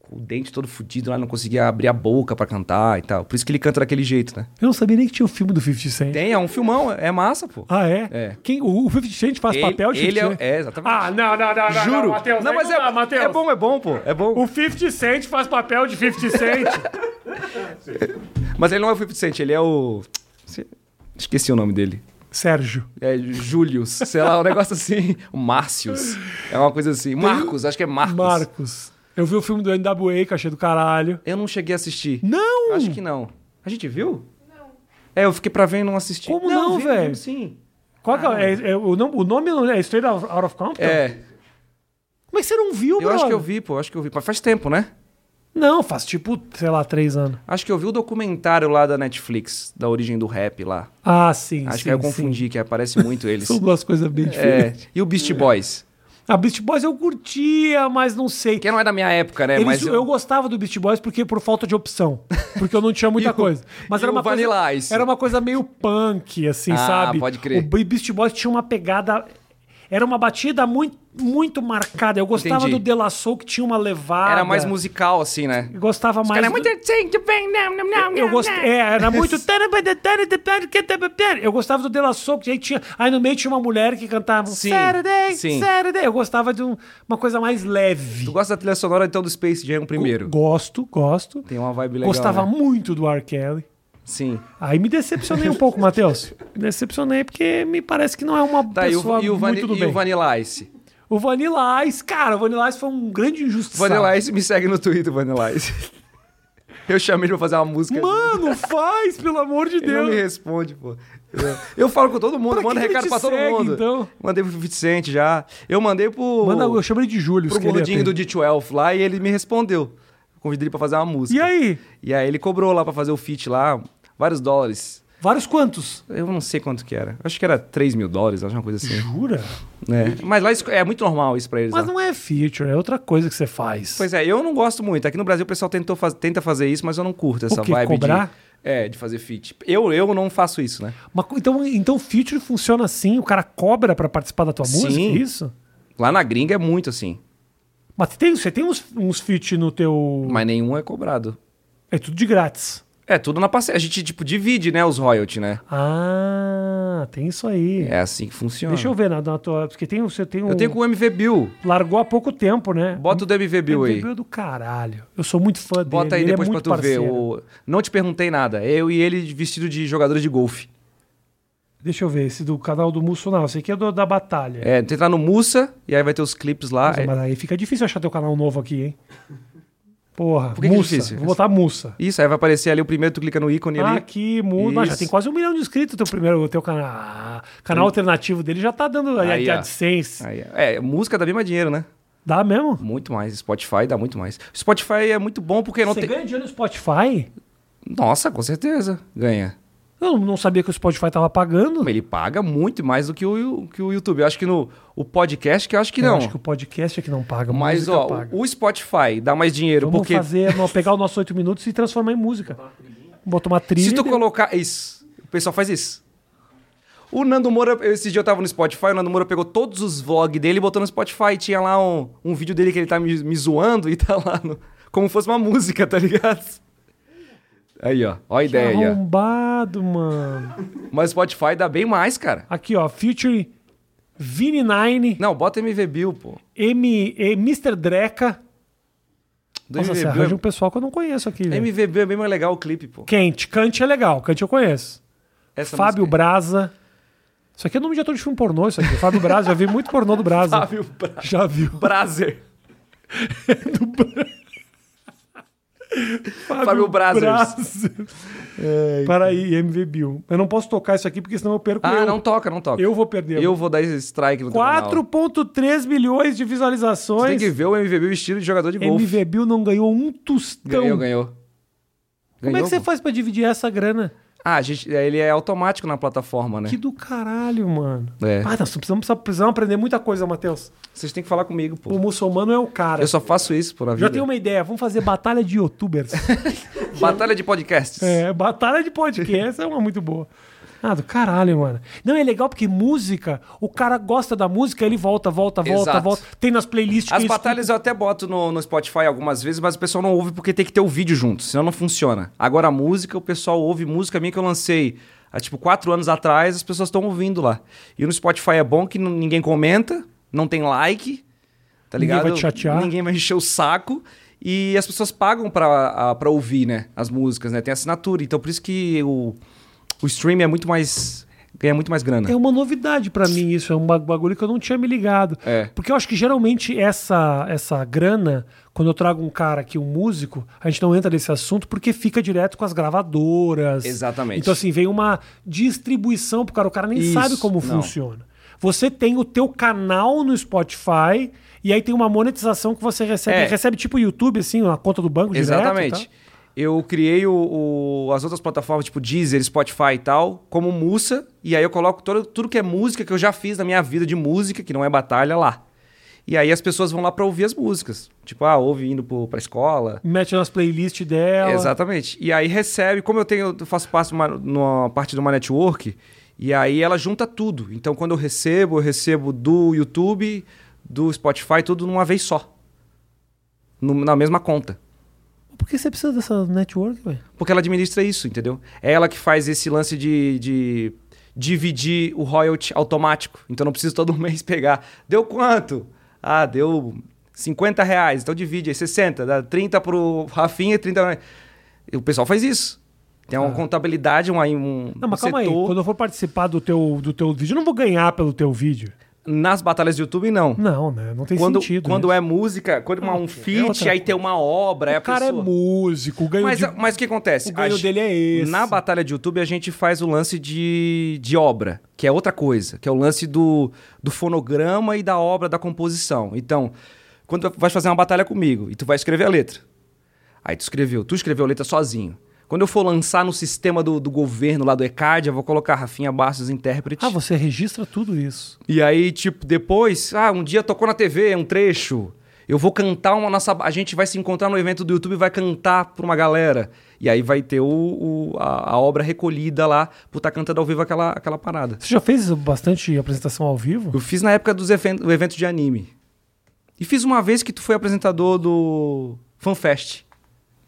S2: com o dente todo fudido lá, não conseguia abrir a boca pra cantar e tal. Por isso que ele canta daquele jeito, né?
S1: Eu não sabia nem que tinha o filme do 50 Cent.
S2: Tem, é um filmão, é massa, pô.
S1: Ah, é?
S2: É.
S1: Quem, o, o 50 Cent faz
S2: Ele-
S1: papel de
S2: ele
S1: 50 Cent?
S2: é- é, exatamente.
S1: Ah, não, não, não, não.
S2: Juro.
S1: Não, Matheus, aí
S2: mas
S1: não
S2: é,
S1: dá, Matheus.
S2: é bom, é bom, pô. É bom.
S1: O 50 Cent faz papel de 50 Cent.
S2: Mas ele não é o 50 Cent, ele é o. Esqueci o nome dele.
S1: Sérgio.
S2: É Július, sei lá, um negócio assim. Márcios. É uma coisa assim. Marcos, acho que é Marcos.
S1: Marcos. Eu vi o filme do NWA, que eu achei do caralho.
S2: Eu não cheguei a assistir.
S1: Não!
S2: Acho que não. A gente viu? Não. É, eu fiquei pra ver e não assisti.
S1: Como não,
S2: vimos,
S1: velho?
S2: vimos Sim.
S1: Qual que é- é, é o, nome, o nome não é Straight Out of Compton?
S2: Ah, É,
S1: Como é que você não viu,
S2: eu
S1: brother?
S2: acho que eu vi, pô, acho que eu vi. Mas faz tempo, né?
S1: Não, faz tipo, sei lá, três anos.
S2: Acho que eu vi o documentário lá da Netflix, da origem do rap lá.
S1: Ah, sim,
S2: Acho
S1: sim,
S2: que aí eu
S1: sim.
S2: confundi, que aparece muito eles.
S1: São duas coisas bem diferentes.
S2: É, e o Beast Boys?
S1: A Beast Boys eu curtia, mas não sei.
S2: Que não é da minha época, né?
S1: Eles-
S2: Mas
S1: eu... gostava do Beast Boys porque por falta de opção. Porque eu não tinha
S2: E
S1: muita
S2: o-
S1: coisa. Mas
S2: e
S1: era
S2: o
S1: uma
S2: Vanilla
S1: coisa,
S2: Ice?
S1: Era uma coisa meio punk, assim,
S2: Ah,
S1: sabe?
S2: pode crer.
S1: O Be- Beast Boys tinha uma pegada. Era uma batida muito, muito marcada. Eu gostava
S2: Entendi.
S1: do De La Soul, que tinha uma levada.
S2: era mais musical, assim, né?
S1: Eu Gostava
S2: Os
S1: mais.
S2: caras é
S1: do-
S2: muito assim, que vem, nam, nam, nam,
S1: Eu
S2: nam,
S1: gostei.
S2: nam.
S1: É, era muito. Eu gostava do De La Soul, que aí tinha. Aí no meio tinha uma mulher que cantava
S2: Sim,
S1: Saturday,
S2: sim.
S1: Saturday. Eu gostava de um- uma coisa mais leve.
S2: Tu gosta da trilha sonora, então, do Space Jam primeiro?
S1: Gosto, gosto.
S2: Tem uma vibe legal,
S1: Gostava
S2: né?
S1: muito do R. Kelly.
S2: Sim.
S1: Aí me decepcionei um pouco, Matheus. Me decepcionei porque me parece que não é uma
S2: Tá, e
S1: pessoa
S2: o, e o,
S1: muito
S2: Vani-
S1: do
S2: e
S1: bem.
S2: o Vanilla Ice?
S1: O Vanilla Ice, cara, o Vanilla Ice foi um grande injustiçado.
S2: Vanilla Ice, me segue no Twitter, Vanilla Ice. Eu chamei ele pra fazer uma música.
S1: Mano, faz, pelo amor de
S2: Ele é um não me
S1: Deus.
S2: responde, pô. Eu, eu falo com todo mundo,
S1: Pra
S2: mando
S1: que ele
S2: recado
S1: te
S2: pra todo
S1: segue,
S2: mundo.
S1: então?
S2: Mandei pro Vicente já. Eu mandei pro.
S1: Manda, eu chamo ele de Júlio,
S2: pro
S1: esqueleto.
S2: gordinho do D12 lá e ele me respondeu. Convidei ele pra fazer uma música.
S1: E aí?
S2: E aí ele cobrou lá pra fazer o feat lá, vários dólares.
S1: Vários quantos?
S2: Eu não sei quanto que era. Acho que era 3 mil dólares, acho uma coisa assim.
S1: Jura?
S2: É. Mas lá isso- é muito normal isso pra eles.
S1: Mas
S2: lá.
S1: não é feature, é outra coisa que você faz.
S2: Pois é, eu não gosto muito. Aqui no Brasil o pessoal tentou faz- tenta fazer isso, mas eu não curto essa
S1: quê?
S2: vibe
S1: Cobrar?
S2: de. É, de fazer feat. Eu, eu não faço isso, né?
S1: Mas co- então, então feature funciona assim, o cara cobra pra participar da tua
S2: Sim.
S1: música, é isso?
S2: Lá na gringa é muito assim.
S1: Mas tem, você tem uns, uns feat no teu...
S2: Mas nenhum é cobrado.
S1: É tudo de grátis.
S2: É, tudo na parceria. A gente, tipo, divide, né, os royalties, né?
S1: Ah, tem isso aí.
S2: É assim que funciona.
S1: Deixa eu ver na, na tua... Porque tem, um- você tem um...
S2: Eu tenho com o MV Bill.
S1: Largou há pouco tempo, né?
S2: Bota o do MV Bill aí.
S1: MV é do caralho. Eu sou muito fã dele.
S2: Bota aí
S1: ele
S2: depois
S1: é
S2: pra
S1: muito
S2: tu
S1: parceiro.
S2: ver. o- Não te perguntei nada. Eu e ele vestido de jogador de golfe.
S1: Deixa eu ver, esse do canal do Musso não. Esse aqui é do, da Batalha.
S2: É, tu entrar no Mussa e aí vai ter os clipes lá.
S1: Nossa,
S2: É-
S1: Mas aí fica difícil achar teu canal novo aqui, hein? Porra,
S2: Por que que é
S1: Mussa.
S2: difícil?
S1: Vou botar Mussa.
S2: Isso, aí vai aparecer ali o primeiro, tu clica no ícone
S1: Ah,
S2: ali.
S1: que muda. Mas já
S2: Isso.
S1: tem quase um milhão de inscritos teu primeiro, teu canal. Ah, canal alternativo dele já tá dando aí,
S2: Aí, ó.
S1: AdSense.
S2: Aí, é, música dá bem mais dinheiro, né?
S1: Dá mesmo?
S2: Muito mais. Spotify dá muito mais. Spotify é muito bom porque não
S1: Você
S2: tem.
S1: ganha dinheiro no Spotify?
S2: Nossa, com certeza. Ganha.
S1: Eu não sabia que o Spotify tava pagando.
S2: Ele paga muito mais do que o, que o YouTube. Eu acho que no o podcast, que eu acho que
S1: Eu
S2: não.
S1: acho que o podcast é que não paga.
S2: Mas,
S1: música
S2: ó,
S1: paga.
S2: o Spotify dá mais dinheiro,
S1: Vamos
S2: porque
S1: fazer, nós pegar os nossos oito minutos e transformar em música. Botar uma trilha.
S2: se tu colocar. Isso. O pessoal faz isso. O Nando Moura, eu- esse dia eu tava no Spotify, o Nando Moura pegou todos os vlogs dele e botou no Spotify. Tinha lá um, um vídeo dele que ele tá me, me zoando e tá lá no- como fosse uma música, tá ligado? Aí, ó. Ó a
S1: Que
S2: ideia aí, ó.
S1: arrombado, mano.
S2: Mas o Spotify dá bem mais, cara.
S1: Aqui, ó, featuring Vini9,
S2: Não, bota MV Bill, pô.
S1: M, e Mr. Dreca.
S2: Do
S1: Nossa, você
S2: MV
S1: arranja
S2: Bill.
S1: um pessoal que eu não conheço aqui.
S2: é-
S1: velho.
S2: MV Bill é bem mais legal o clipe, pô.
S1: Kent, Kant é legal, Kant eu conheço.
S2: Essa
S1: Fábio
S2: música aí.
S1: Braza. Isso aqui é nome de ator de filme pornô, isso aqui. Fábio Braza, já vi muito pornô do Braza.
S2: Fábio Bra-
S1: Já viu.
S2: Brazer.
S1: Fábio,
S2: Brazers.
S1: Para aí, MV Bill. um. Eu não posso tocar isso aqui porque senão eu perco.
S2: É, então. Ah,
S1: eu.
S2: não toca, não toca.
S1: Eu vou perder.
S2: Eu vou dar esse strike no teu canal.
S1: 4.3 milhões de
S2: Você Tem
S1: visualizações.
S2: que ver o MVB vestido de jogador de golfe.
S1: MV Bill não ganhou um tostão.
S2: Ganhou, ganhou.
S1: Como é que você
S2: pô.
S1: faz pra dividir essa grana?
S2: Ah, a gente, ele é automático na plataforma, né?
S1: Que do caralho, mano.
S2: É.
S1: Ah, nós precisamos, precisamos aprender muita coisa, Matheus.
S2: Vocês têm que falar comigo, pô.
S1: O muçulmano é o cara.
S2: Eu só faço isso por na vida.
S1: Já tenho uma ideia. Vamos fazer batalha de youtubers.
S2: Batalha de podcasts.
S1: um- é, batalha de podcast é uma muito boa. Ah, do caralho, mano. Não, é legal porque música, o cara gosta da música, ele volta, volta, volta,
S2: Exato.
S1: volta. Tem nas playlists que
S2: As
S1: eu escuto.
S2: batalhas eu até boto no, no Spotify algumas vezes, mas o pessoal não ouve porque tem que ter o vídeo junto, senão não funciona. Agora a música, o pessoal ouve música minha que eu lancei há tipo quatro anos atrás, as pessoas estão ouvindo lá. E no Spotify é bom que n- ninguém comenta, não tem like, tá
S1: Ninguém
S2: ligado?
S1: vai te chatear.
S2: Ninguém vai encher o saco. E as pessoas pagam pra, a- pra ouvir, né? As músicas, né? Tem assinatura. Então por isso que o, o streaming é muito mais. ganha muito mais grana.
S1: É uma novidade pra mim isso, é um ba- bagulho que eu não tinha me ligado.
S2: É.
S1: Porque eu acho que geralmente essa essa grana, quando eu trago um cara aqui, um músico, a gente não entra nesse assunto porque fica direto com as gravadoras.
S2: Exatamente.
S1: Então assim, vem uma distribuição pro cara, o cara nem
S2: Isso,
S1: sabe como
S2: não.
S1: funciona. Você tem o teu canal no Spotify e aí tem uma monetização que você recebe,
S2: É.
S1: recebe tipo YouTube assim, na conta do banco direto,
S2: Exatamente.
S1: tá?
S2: Eu criei o, o- as outras plataformas, tipo Deezer, Spotify e tal, como Mussa. E aí eu coloco todo, tudo que é música que eu já fiz na minha vida de música, que não é batalha, lá. E aí as pessoas vão lá pra ouvir as músicas. Tipo, ah, ouve indo pro, pra escola.
S1: Mete nas playlists dela.
S2: Exatamente. E aí recebe, como eu tenho, eu faço parte de uma, numa parte de uma network, e aí ela junta tudo. Então quando eu recebo, eu recebo do YouTube, do Spotify, tudo numa vez só. No- na mesma conta.
S1: Por que você precisa dessa network, velho?
S2: Porque ela administra isso, entendeu? É ela que faz esse lance de, de dividir o royalty automático. Então não precisa todo mês pegar. Deu quanto? Ah, deu 50 reais. Então divide aí, 60. Dá 30 pro Rafinha e 30... pra- E O pessoal faz isso. Tem uma contabilidade, um, um,
S1: Ah. Não, mas
S2: um
S1: calma aí.
S2: setor.
S1: Quando eu for participar do teu, do teu vídeo, eu não vou ganhar pelo teu vídeo.
S2: Nas batalhas do YouTube, não.
S1: Não, né? Não tem
S2: quando
S1: sentido.
S2: quando
S1: né?
S2: é música, quando é um feat,
S1: outra
S2: aí tem uma obra, aí a
S1: O cara
S2: pessoa...
S1: é músico, o ganho
S2: Mas, é,
S1: de-
S2: mas o que acontece?
S1: o ganho
S2: A ge-
S1: dele é esse.
S2: Na batalha de YouTube, a gente faz o lance de, de obra, que é outra coisa, que é o lance do, do fonograma e da obra da composição. Então, quando tu vai fazer uma batalha comigo e tu vai escrever a letra. Aí tu escreveu, tu escreveu a letra sozinho. Quando eu for lançar no sistema do, do governo lá do ECAD, eu vou colocar Rafinha Bastos intérprete.
S4: Ah, você registra tudo isso.
S2: E aí, tipo, depois, ah, um dia tocou na TV, um trecho. Eu vou cantar uma nossa. A gente vai se encontrar no evento do YouTube e vai cantar pra uma galera. E aí vai ter o, o- a, a obra recolhida lá por estar cantando ao vivo aquela, aquela parada.
S1: Você já fez bastante apresentação ao vivo?
S2: Eu fiz na época dos even- do evento de anime. E fiz uma vez que tu foi apresentador do FanFest.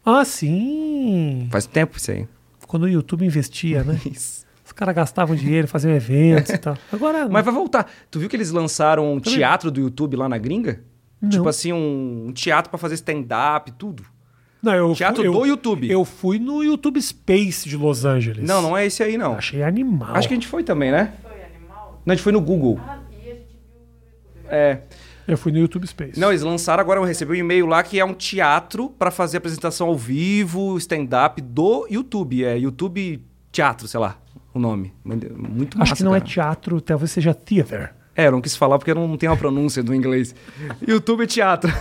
S1: Ah, sim.
S2: Faz tempo isso aí.
S1: Quando o YouTube investia, né? Os caras gastavam dinheiro, faziam eventos e tal. Agora,
S2: Mas vai voltar. Tu viu que eles lançaram um teatro do YouTube lá na gringa? Tipo assim, um, um teatro pra fazer stand-up, tudo.
S1: não, eu fui-
S2: Teatro
S1: eu-
S2: do YouTube.
S1: Eu fui no YouTube Space de Los Angeles.
S2: Não, não é esse aí, não.
S1: Achei animal.
S2: Acho que a gente foi também, né?
S5: Foi animal?
S2: Não, a gente foi no Google.
S5: Ah, e a gente viu o YouTube.
S2: É.
S1: Eu fui no YouTube Space.
S2: Não, eles lançaram agora, eu recebi um e-mail lá que é um teatro pra fazer apresentação ao vivo, stand-up do YouTube. É YouTube Teatro, sei lá, o nome. Muito massa,
S1: Acho que não é
S2: cara.
S1: teatro, talvez seja theater.
S2: É, eu não quis falar porque eu não tenho a pronúncia do inglês. YouTube Teatro.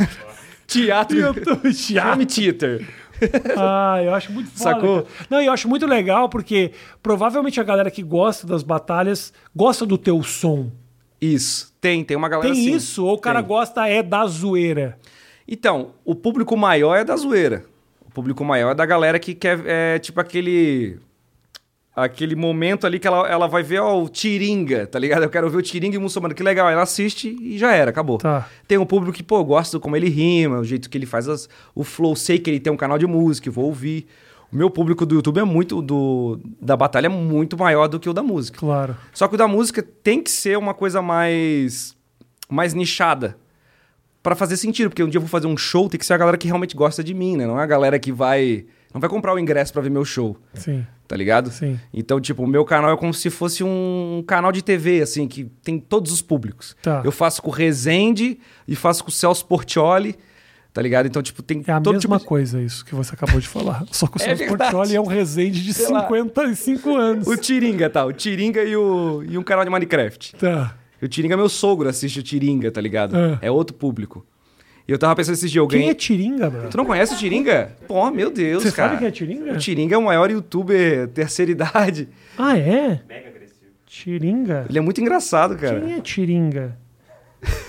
S2: teatro YouTube Teatro. Theater.
S1: Ah, eu acho muito foda.
S2: Sacou?
S1: cara. Não, eu acho muito legal porque provavelmente a galera que gosta das batalhas gosta do teu som.
S2: Isso. Tem, tem uma galera
S1: Tem
S2: assim.
S1: isso? Ou o cara
S2: Tem.
S1: gosta é da zoeira?
S2: Então, o público maior é da zoeira. O público maior é da galera que quer, é, tipo, aquele. Aquele momento ali que ela, ela vai ver, ó, o Tiringa, tá ligado? Eu quero ver o Tiringa e o muçulmano, que legal. Ela assiste e já era, acabou.
S1: Tá.
S2: Tem um público que, pô, gosta como ele rima, o jeito que ele faz as- o flow. Sei que ele tem um canal de música, eu vou ouvir. O meu público do YouTube é muito. Do, da batalha é muito maior do que o da música.
S1: Claro.
S2: Só que o da música tem que ser uma coisa mais mais nichada Pra fazer sentido, porque um dia eu vou fazer um show, tem que ser a galera que realmente gosta de mim, né? Não é a galera que vai não vai comprar o ingresso pra ver meu show,
S1: Sim.
S2: tá ligado?
S1: Sim.
S2: Então, tipo, o meu canal é como se fosse um canal de TV assim, que tem todos os públicos.
S1: Tá.
S2: Eu faço com o Rezende e faço com o Celso Portioli, tá ligado? Então, tipo, tem
S1: É a
S2: todo
S1: mesma
S2: tipo de...
S1: coisa isso que você acabou de falar. Só que o
S2: É
S1: Celso
S2: verdade.
S1: Portioli é um resende de
S2: lá.
S1: 55 anos.
S2: O Tiringa, tá? O Tiringa e, o... e um canal de Minecraft.
S1: Tá.
S2: O Tiringa é meu sogro, assiste o Tiringa, tá ligado?
S1: Ah.
S2: É outro público. E eu tava pensando esses dias, alguém...
S1: Quem é Tiringa, bro?
S2: Tu não conhece o Tiringa? Pô, meu Deus,
S1: Você
S2: cara.
S1: sabe quem é Tiringa?
S2: O Tiringa é o maior youtuber terceira idade.
S1: Ah, é?
S3: Mega agressivo.
S1: Tiringa?
S2: Ele é muito engraçado, cara.
S1: Quem é Tiringa?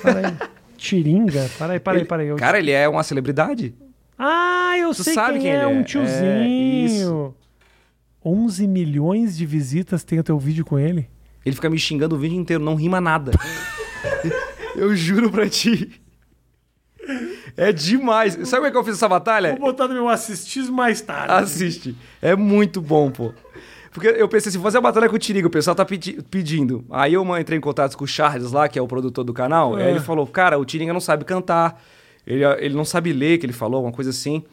S1: Para aí. Tiringa? Para aí, para aí, para aí. Eu-
S2: Cara, ele é uma celebridade.
S1: Ah, eu
S2: Tu
S1: sei
S2: sabe
S1: quem,
S2: quem
S1: é,
S2: ele é.
S1: um
S2: É,
S1: tiozinho.
S2: isso.
S1: 11 milhões de visitas tem o teu vídeo com ele?
S2: Ele fica me xingando o vídeo inteiro, não rima nada. eu juro pra ti. É demais. Sabe como é que eu fiz essa batalha?
S1: botar no meu assistir mais tarde.
S2: Assiste. É muito bom, pô. Porque eu pensei assim, vou fazer a batalha com o Tiriga, o pessoal tá pedi- pedindo. Aí eu man- entrei em contato com o Charles lá, que é o produtor do canal, aí ele falou, cara, o Tiriga não sabe cantar, ele, ele não sabe ler, que ele falou, uma coisa assim.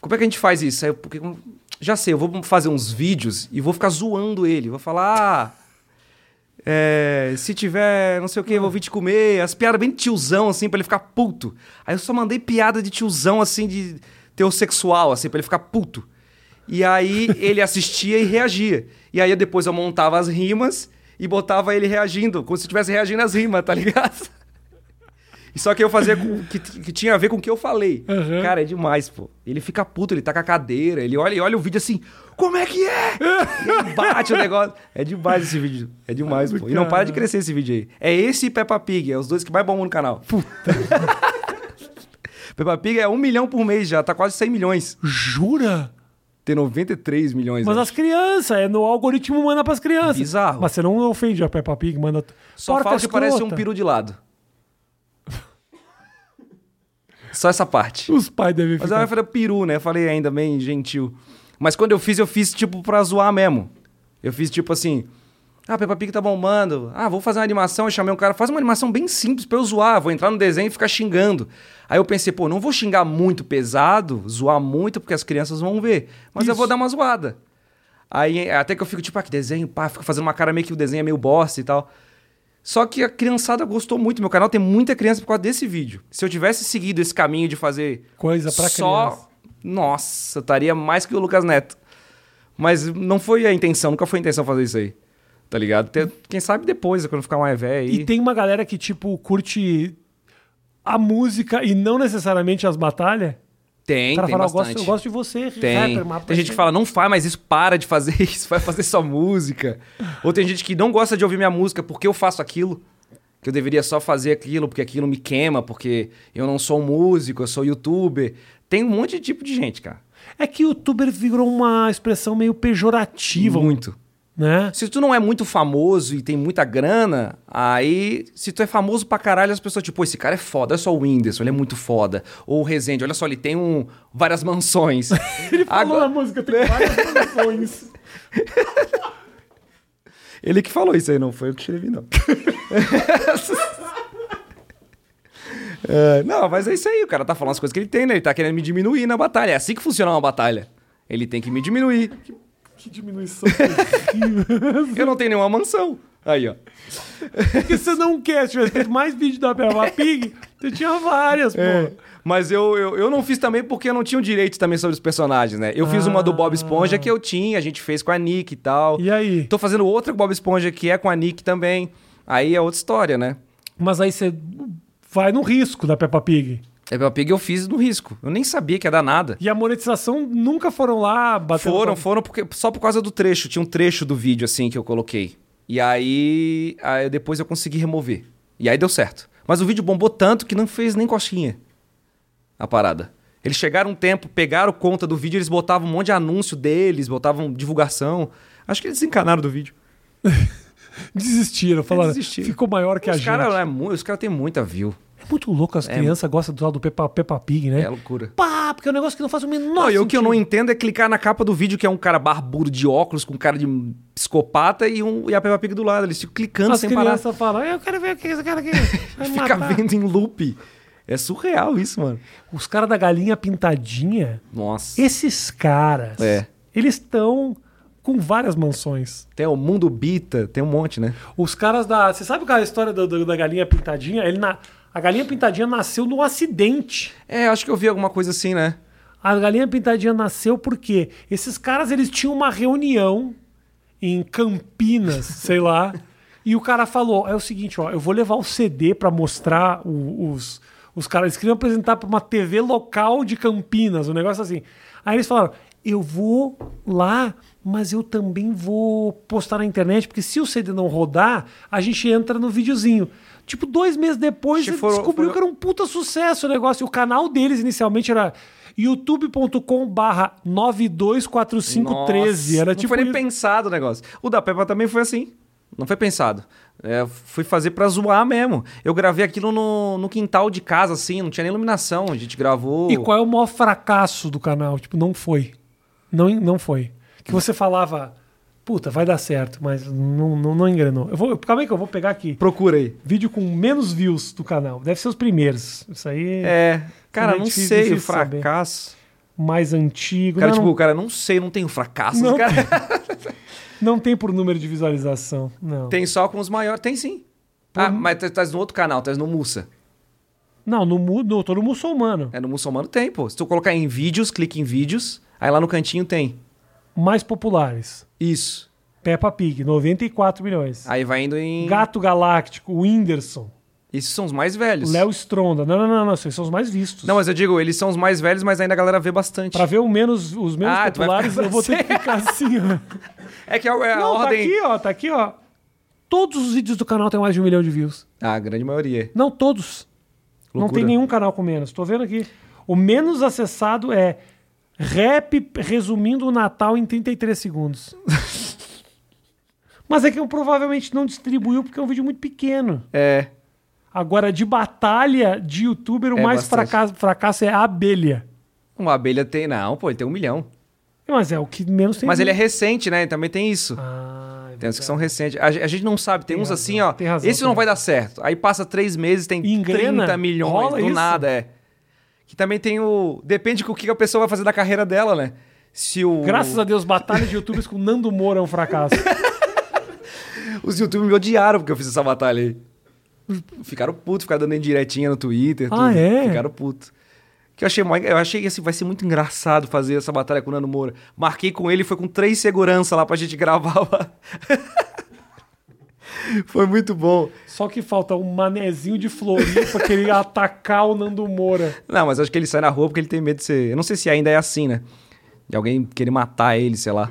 S2: Como é que a gente faz isso? Aí eu, porque, hum, já sei, eu vou fazer uns vídeos e vou ficar zoando ele. Vou falar, ah, é, se tiver não sei o que, eu vou vir te comer. As piadas bem de tiozão, assim, pra ele ficar puto. Aí eu só mandei piada de tiozão, assim, de teu sexual, assim, pra ele ficar puto. E aí ele assistia e reagia. E aí depois eu montava as rimas e botava ele reagindo, como se estivesse reagindo às rimas, tá ligado? E Só que eu fazia com, que, que tinha a ver com o que eu falei. Cara, é demais, pô. Ele fica puto, ele tá com a cadeira, ele olha e olha o vídeo assim, como é que é? Ele bate o negócio. É demais esse vídeo. É demais, pô. E não para de crescer esse vídeo aí. É esse e Peppa Pig, é os dois que mais bombam no canal. Peppa Pig é um milhão por mês já, tá quase 100 milhões.
S1: Jura?
S2: Tem 93 milhões.
S1: Mas
S2: né?
S1: as crianças, é no algoritmo manda pras crianças.
S2: Bizarro.
S1: Mas você não ofende a Peppa Pig, manda.
S2: Só
S1: Porca
S2: fala que parece um
S1: escrota.
S2: peru de lado. Só essa parte.
S1: Os pais devem
S2: Mas ela
S1: ficar.
S2: falei peru, né? Falei ainda bem gentil. Mas quando eu fiz, eu fiz tipo pra zoar mesmo. Eu fiz tipo assim. Ah, Peppa Pig tá bombando. Ah, vou fazer uma animação. Eu chamei um cara, faz uma animação bem simples pra eu zoar. Vou entrar no desenho e ficar xingando. Aí eu pensei, pô, não vou xingar muito pesado, zoar muito, porque as crianças vão ver. Mas eu vou dar uma zoada. Aí até que eu fico tipo, ah, que desenho, pá, fico fazendo uma cara meio que o desenho é meio bosta e tal. Só que a criançada gostou muito. Meu canal tem muita criança por causa desse vídeo. Se eu tivesse seguido esse caminho de fazer
S1: Coisa pra
S2: só,
S1: criança.
S2: nossa, eu estaria mais que o Lucas Neto. Mas não foi a intenção, nunca foi a intenção fazer isso aí. Tá ligado? Tem- Quem sabe depois, quando eu ficar mais velho. aí.
S1: E tem uma galera que, tipo, curte a música e não necessariamente as batalhas.
S2: Tem,
S1: O cara
S2: tem
S1: fala, eu
S2: bastante.
S1: gosto, eu gosto de você,
S2: Tem.
S1: rapper, mas-
S2: tem gente que fala, não faz mais isso, para de fazer isso, vai fazer só música. Ou tem gente que não gosta de ouvir minha música porque eu faço aquilo, que eu deveria só fazer aquilo, porque aquilo me queima, porque eu não sou um músico, eu sou youtuber. Tem um monte de tipo de gente, cara.
S1: É que youtuber virou uma expressão meio pejorativa,
S2: Muito.
S1: né?
S2: Se tu não é muito famoso e tem muita grana, aí se tu é famoso pra caralho, as pessoas tipo, "Pô, esse cara é foda, olha só o Whindersson, ele é muito foda. Ou o Rezende, olha só, ele tem um, várias mansões. ele
S1: Falou a música,
S2: Né?
S1: tem várias canções.
S2: Ele que falou isso aí, não foi eu que escrevi, não. É, não, mas é isso aí, o cara tá falando as coisas que ele tem, né? Ele tá querendo me diminuir na batalha. É assim que funciona uma batalha. Ele tem que me diminuir.
S1: Que diminuição horrível.
S2: Eu não tenho nenhuma mansão. Aí, ó.
S1: Porque você não quer, se tivesse feito mais vídeo da Peppa Pig, você tinha várias, pô.
S2: É, Mas eu, eu, eu não fiz também porque eu não tinha o direito também sobre os personagens, né? Eu fiz uma do Bob Esponja que eu tinha, a gente fez com a Nick e tal.
S1: E aí?
S2: Tô fazendo outra com o Bob Esponja que é com a Nick também. Aí é outra história, né?
S1: Mas aí você vai no risco da Peppa Pig.
S2: É Peppa Pig eu fiz no risco. Eu nem sabia que ia dar nada.
S1: E a monetização nunca foram lá bater.
S2: Foram, foram porque, só por causa do trecho. Tinha um trecho do vídeo, assim, que eu coloquei. E aí, aí depois eu consegui remover. E aí deu certo. Mas o vídeo bombou tanto que não fez nem coxinha a parada. Eles chegaram um tempo, pegaram conta do vídeo, eles botavam um monte de anúncio deles, botavam divulgação. Acho que eles desencanaram do vídeo.
S1: Desistiram, falaram.
S2: desistiram.
S1: Ficou maior que a
S2: os
S1: gente.
S2: caras é, mu- os cara têm muita view.
S1: É muito louco, as crianças gostam do tal do Peppa, Peppa Pig, né?
S2: É loucura.
S1: Pá, porque é um negócio que não faz o menor
S2: Não, e o que eu não
S1: sentido.
S2: entendo é clicar na capa do vídeo, que é um cara barbudo de óculos, com cara de psicopata e, um, e a Peppa Pig do lado. Eles ficam clicando
S1: As
S2: sem parar.
S1: crianças falam, eu quero ver o que esse cara aqui vai
S2: fica
S1: matar."
S2: vendo em loop. É surreal isso, mano.
S1: Os caras da galinha pintadinha,
S2: Nossa.
S1: esses caras,
S2: É.
S1: eles estão com várias mansões.
S2: Tem o Mundo Bita, tem um monte, né?
S1: Os caras da. Você sabe aquela história do- do- da galinha pintadinha? Ele na... A galinha pintadinha nasceu num acidente.
S2: É, acho que eu vi alguma coisa assim, né?
S1: A galinha pintadinha nasceu porque esses caras eles tinham uma reunião em Campinas, sei lá, e o cara falou: é o seguinte, ó, eu vou levar o CD pra mostrar o- os os caras eles queriam apresentar pra uma TV local de Campinas, um negócio assim. Aí eles falaram: eu vou lá, mas eu também vou postar na internet porque se o CD não rodar, a gente entra no videozinho. Tipo, dois meses depois,
S2: Acho
S1: ele
S2: que foram-
S1: descobriu
S2: foram-
S1: que era um puta sucesso o negócio. E o canal deles inicialmente era youtube.com barra 924513. Era
S2: Nossa,
S1: tipo.
S2: Não foi nem
S1: isso.
S2: pensado o negócio. O da Peppa também foi assim. Não foi pensado. É, fui fazer pra zoar mesmo. Eu gravei aquilo no, no quintal de casa, assim, não tinha nem iluminação. A gente gravou.
S1: E qual é o maior fracasso do canal? Tipo, não foi. Não, não foi. Que você falava, puta, vai dar certo, mas não, não, não engrenou. Eu vou, calma aí que eu vou pegar aqui.
S2: Procura aí.
S1: Vídeo com menos views do canal. Deve ser os primeiros. Isso aí é
S2: É. Cara,
S1: Também
S2: não
S1: difícil-
S2: sei, o
S1: difícil saber.
S2: fracasso.
S1: mais antigo.
S2: Cara,
S1: não,
S2: tipo, cara, não sei, não tenho fracasso.
S1: Não
S2: cara.
S1: não, não tem por número de visualização. Não.
S2: Tem só com os maiores. Tem sim. Ah, mas tu estás no outro canal, estás no Mussa.
S1: Não, no, mu- no, tô no muçulmano.
S2: É no muçulmano tem, pô. Se tu colocar em vídeos, clica em vídeos, aí lá no cantinho tem.
S1: Mais populares.
S2: Isso.
S1: Peppa Pig, 94 milhões.
S2: Aí vai indo em.
S1: Gato Galáctico, Whindersson,
S2: Esses são os mais velhos.
S1: Léo Stronda. Não, não, não, não, esses são os mais vistos.
S2: Não, mas eu digo, eles são os mais velhos, mas ainda a galera vê bastante.
S1: Pra ver o menos, os menos
S2: Ah, tu vai
S1: populares,
S2: ficar
S1: eu vou ter que ficar assim. ó.
S2: É que é a, é a
S1: Não, tá
S2: ordem.
S1: aqui, ó, tá aqui, ó. Todos os vídeos do canal têm mais de um milhão de views.
S2: Ah, a grande maioria.
S1: Não todos. Não
S2: Loucura.
S1: tem nenhum canal com menos. Tô vendo aqui. O menos acessado é rap resumindo o Natal em 33 segundos. Mas é que eu provavelmente não distribuiu porque é um vídeo muito pequeno.
S2: É.
S1: Agora, de batalha de youtuber, o
S2: É
S1: mais
S2: bastante.
S1: fracasso, fracasso é a abelha.
S2: Uma abelha tem. Não, pô, ele tem um milhão.
S1: Mas é o que menos tem.
S2: Mas ele é
S1: views.
S2: recente, né? Também tem isso.
S1: Ah, é
S2: Tem uns
S1: verdade.
S2: que são recentes. A, ge- a gente não sabe, tem, uns
S1: razão,
S2: assim, ó.
S1: tem razão,
S2: esse
S1: tem
S2: não vai dar certo. Aí passa três meses, tem
S1: E engrena?
S2: 30 milhões
S1: Rola
S2: do
S1: isso?
S2: nada, é. Que também tem o. Depende do que a pessoa vai fazer da carreira dela, né? Se o...
S1: Graças a Deus, batalha de youtubers com Nando Moura é um fracasso.
S2: Os youtubers me odiaram porque eu fiz essa batalha aí. Ficaram putos, ficaram dando indiretinha no Twitter.
S1: Ah,
S2: tudo.
S1: é?
S2: Ficaram putos. Que eu achei, mó- eu achei que assim, vai ser muito engraçado fazer essa batalha com o Nando Moura. Marquei com ele, foi com três segurança lá pra gente gravar lá. foi muito bom.
S1: Só que falta um manezinho de Floripa querer atacar o Nando Moura.
S2: Não, mas acho que ele sai na rua porque ele tem medo de ser. Eu não sei se ainda é assim, né? De alguém querer matar ele, sei lá.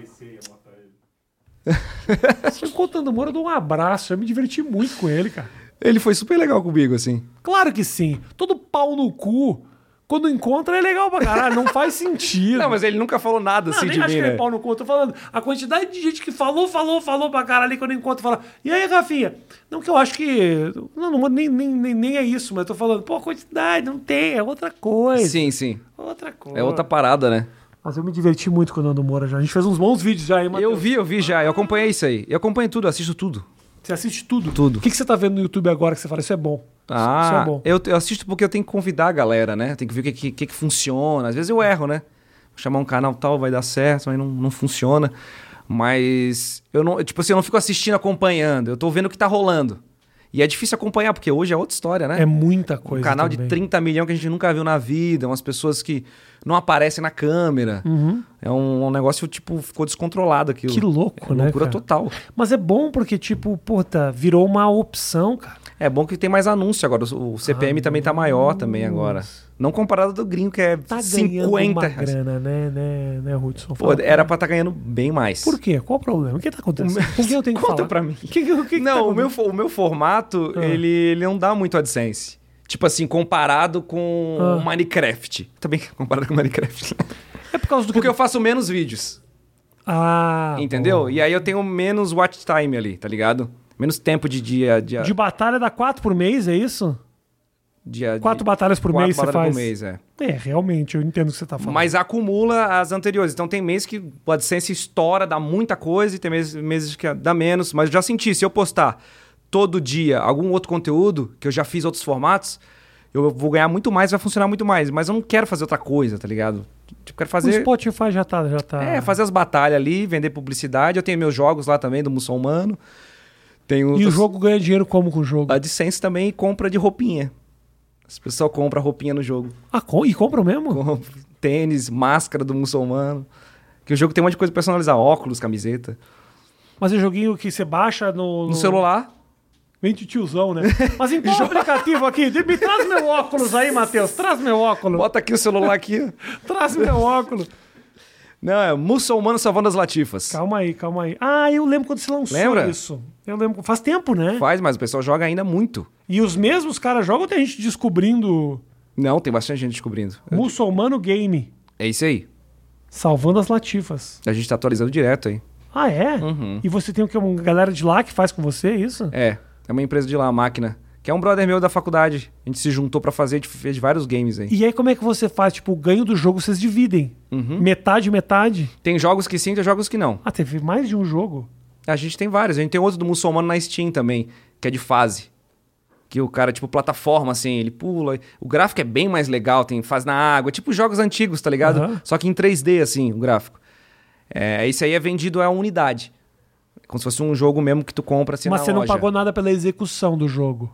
S1: Se eu encontro o Nando Moura, eu dou um abraço. Eu me diverti muito com ele, cara.
S2: Ele foi super legal comigo, assim.
S1: Claro que sim. Todo pau no cu, quando encontra, é legal pra caralho. Não faz sentido.
S2: Não, mas ele nunca falou nada
S1: Não,
S2: assim
S1: nem
S2: de
S1: acho
S2: mim,
S1: que
S2: né?
S1: é pau no cu. Eu tô falando, a quantidade de gente que falou, falou, falou pra caralho ali, quando eu encontro, fala, e aí, Rafinha? Não que eu acho que... Não, não nem, nem, nem, nem é isso, mas eu tô falando, pô, quantidade, não tem, é outra coisa.
S2: Sim, sim.
S1: Outra coisa.
S2: É outra parada, né?
S1: Mas eu me diverti muito com o Nando Moura já. A gente fez uns bons vídeos já, hein,
S2: Eu
S1: Matheus?
S2: vi, eu vi já. Eu acompanhei isso aí. Eu acompanho tudo, assisto tudo.
S1: Você assiste tudo?
S2: Tudo.
S1: O que, que você tá vendo no YouTube agora que você fala, isso é bom? isso, isso é bom.
S2: Ah, eu, eu assisto porque eu tenho que convidar a galera, né? Tem que ver o que, que, que que funciona. Às vezes eu erro, né? Vou chamar um canal tal, vai dar certo, mas não, não funciona. Mas eu não, tipo assim, eu não fico assistindo, acompanhando. Eu tô vendo o que tá rolando. E é difícil acompanhar, porque hoje é outra história, né?
S1: É muita coisa
S2: Um canal de
S1: também.
S2: 30 milhões que a gente nunca viu na vida, umas pessoas que não aparecem na câmera. É um, um negócio, tipo, ficou descontrolado aquilo.
S1: Uhum. Que louco,
S2: é
S1: né,
S2: Loucura
S1: cara?
S2: total.
S1: Mas é bom porque, tipo, puta, virou uma opção, cara.
S2: É bom que tem mais anúncio agora. O CPM também tá maior também agora. Não comparado do gringo, que é
S1: Tá ganhando
S2: 50.
S1: uma grana, né, né, né, Hudson?
S2: Pô, é- era pra estar ganhando bem mais.
S1: Por quê? Qual o problema? O que tá acontecendo? Com quem eu tenho que
S2: Conta
S1: falar?
S2: pra mim.
S1: O que, o que que tá
S2: não, o, meu,
S1: acontecendo?
S2: fo- o meu formato,
S1: Ah.
S2: ele, ele não dá muito AdSense. Tipo assim, comparado com
S1: Ah.
S2: o Minecraft. Também é comparado com o Minecraft.
S1: É por causa do
S2: Porque
S1: que...
S2: eu faço menos vídeos,
S1: Ah,
S2: entendeu?
S1: bom.
S2: E aí eu tenho menos watch time ali, tá ligado? Menos tempo de dia... De,
S1: De batalha dá quatro por mês, é isso?
S2: dia- de-
S1: Quatro batalhas por
S2: quatro
S1: mês você
S2: batalhas
S1: faz?
S2: por mês, é.
S1: É, realmente, eu entendo o que você tá falando.
S2: Mas acumula as anteriores. Então tem meses que o AdSense estoura, dá muita coisa, e tem meses, meses que dá menos. Mas eu já senti, se eu postar todo dia algum outro conteúdo, que eu já fiz outros formatos, eu vou ganhar muito mais, vai funcionar muito mais. Mas eu não quero fazer outra coisa, tá ligado? Tipo, quero
S1: O
S2: fazer.
S1: Spotify já tá... Já tá...
S2: É, fazer as batalhas ali, vender publicidade. Eu tenho meus jogos lá também, do muçulmano.
S1: E
S2: Tenho
S1: o
S2: outras-
S1: jogo ganha dinheiro como com o jogo?
S2: AdSense também e compra de roupinha. As pessoas compram roupinha no jogo.
S1: Ah, com... e compra mesmo?
S2: com tênis, máscara do muçulmano. Que o jogo tem um monte de coisa pra personalizar, óculos, camiseta.
S1: Mas é joguinho que você baixa no...
S2: No celular,
S1: Vem de tiozão, né? Mas em qual aplicativo aqui? Me traz meu óculos aí, Matheus. Traz meu óculos.
S2: bota aqui o celular aqui. ó.
S1: Traz meu óculos.
S2: Não, é muçulmano salvando as latifas.
S1: Calma aí, calma aí. Ah, eu lembro quando se lançou
S2: Lembra?
S1: isso. Eu lembro. Faz tempo, né?
S2: Faz, mas o pessoal joga ainda muito.
S1: E os mesmos caras jogam ou tem gente descobrindo
S2: Não, tem bastante gente descobrindo.
S1: muçulmano game,
S2: É isso aí.
S1: salvando as latifas.
S2: A gente tá atualizando direto aí.
S1: Ah, é?
S2: Uhum.
S1: E você tem o que? Uma galera de lá que faz com você isso?
S2: É, é uma empresa de lá, a máquina. Que é um brother meu da faculdade. A gente se juntou pra fazer, a gente fez vários games aí.
S1: E aí como é que você faz? Tipo, o ganho do jogo vocês dividem.
S2: Uhum.
S1: Metade, metade.
S2: Tem jogos que sim, tem jogos que não.
S1: Ah, teve mais de um jogo.
S2: A gente tem vários. A gente tem outro do muçulmano na Steam também, que é de fase. Que o cara, tipo, plataforma, assim, ele pula. O gráfico é bem mais legal, tem fase na água. É tipo jogos antigos, tá ligado?
S1: Aham.
S2: Só que em 3D, assim, o gráfico. É, isso aí é vendido a unidade. Como se fosse um jogo mesmo que tu compra, assim,
S1: Mas
S2: na
S1: você não
S2: loja.
S1: pagou nada pela execução do jogo.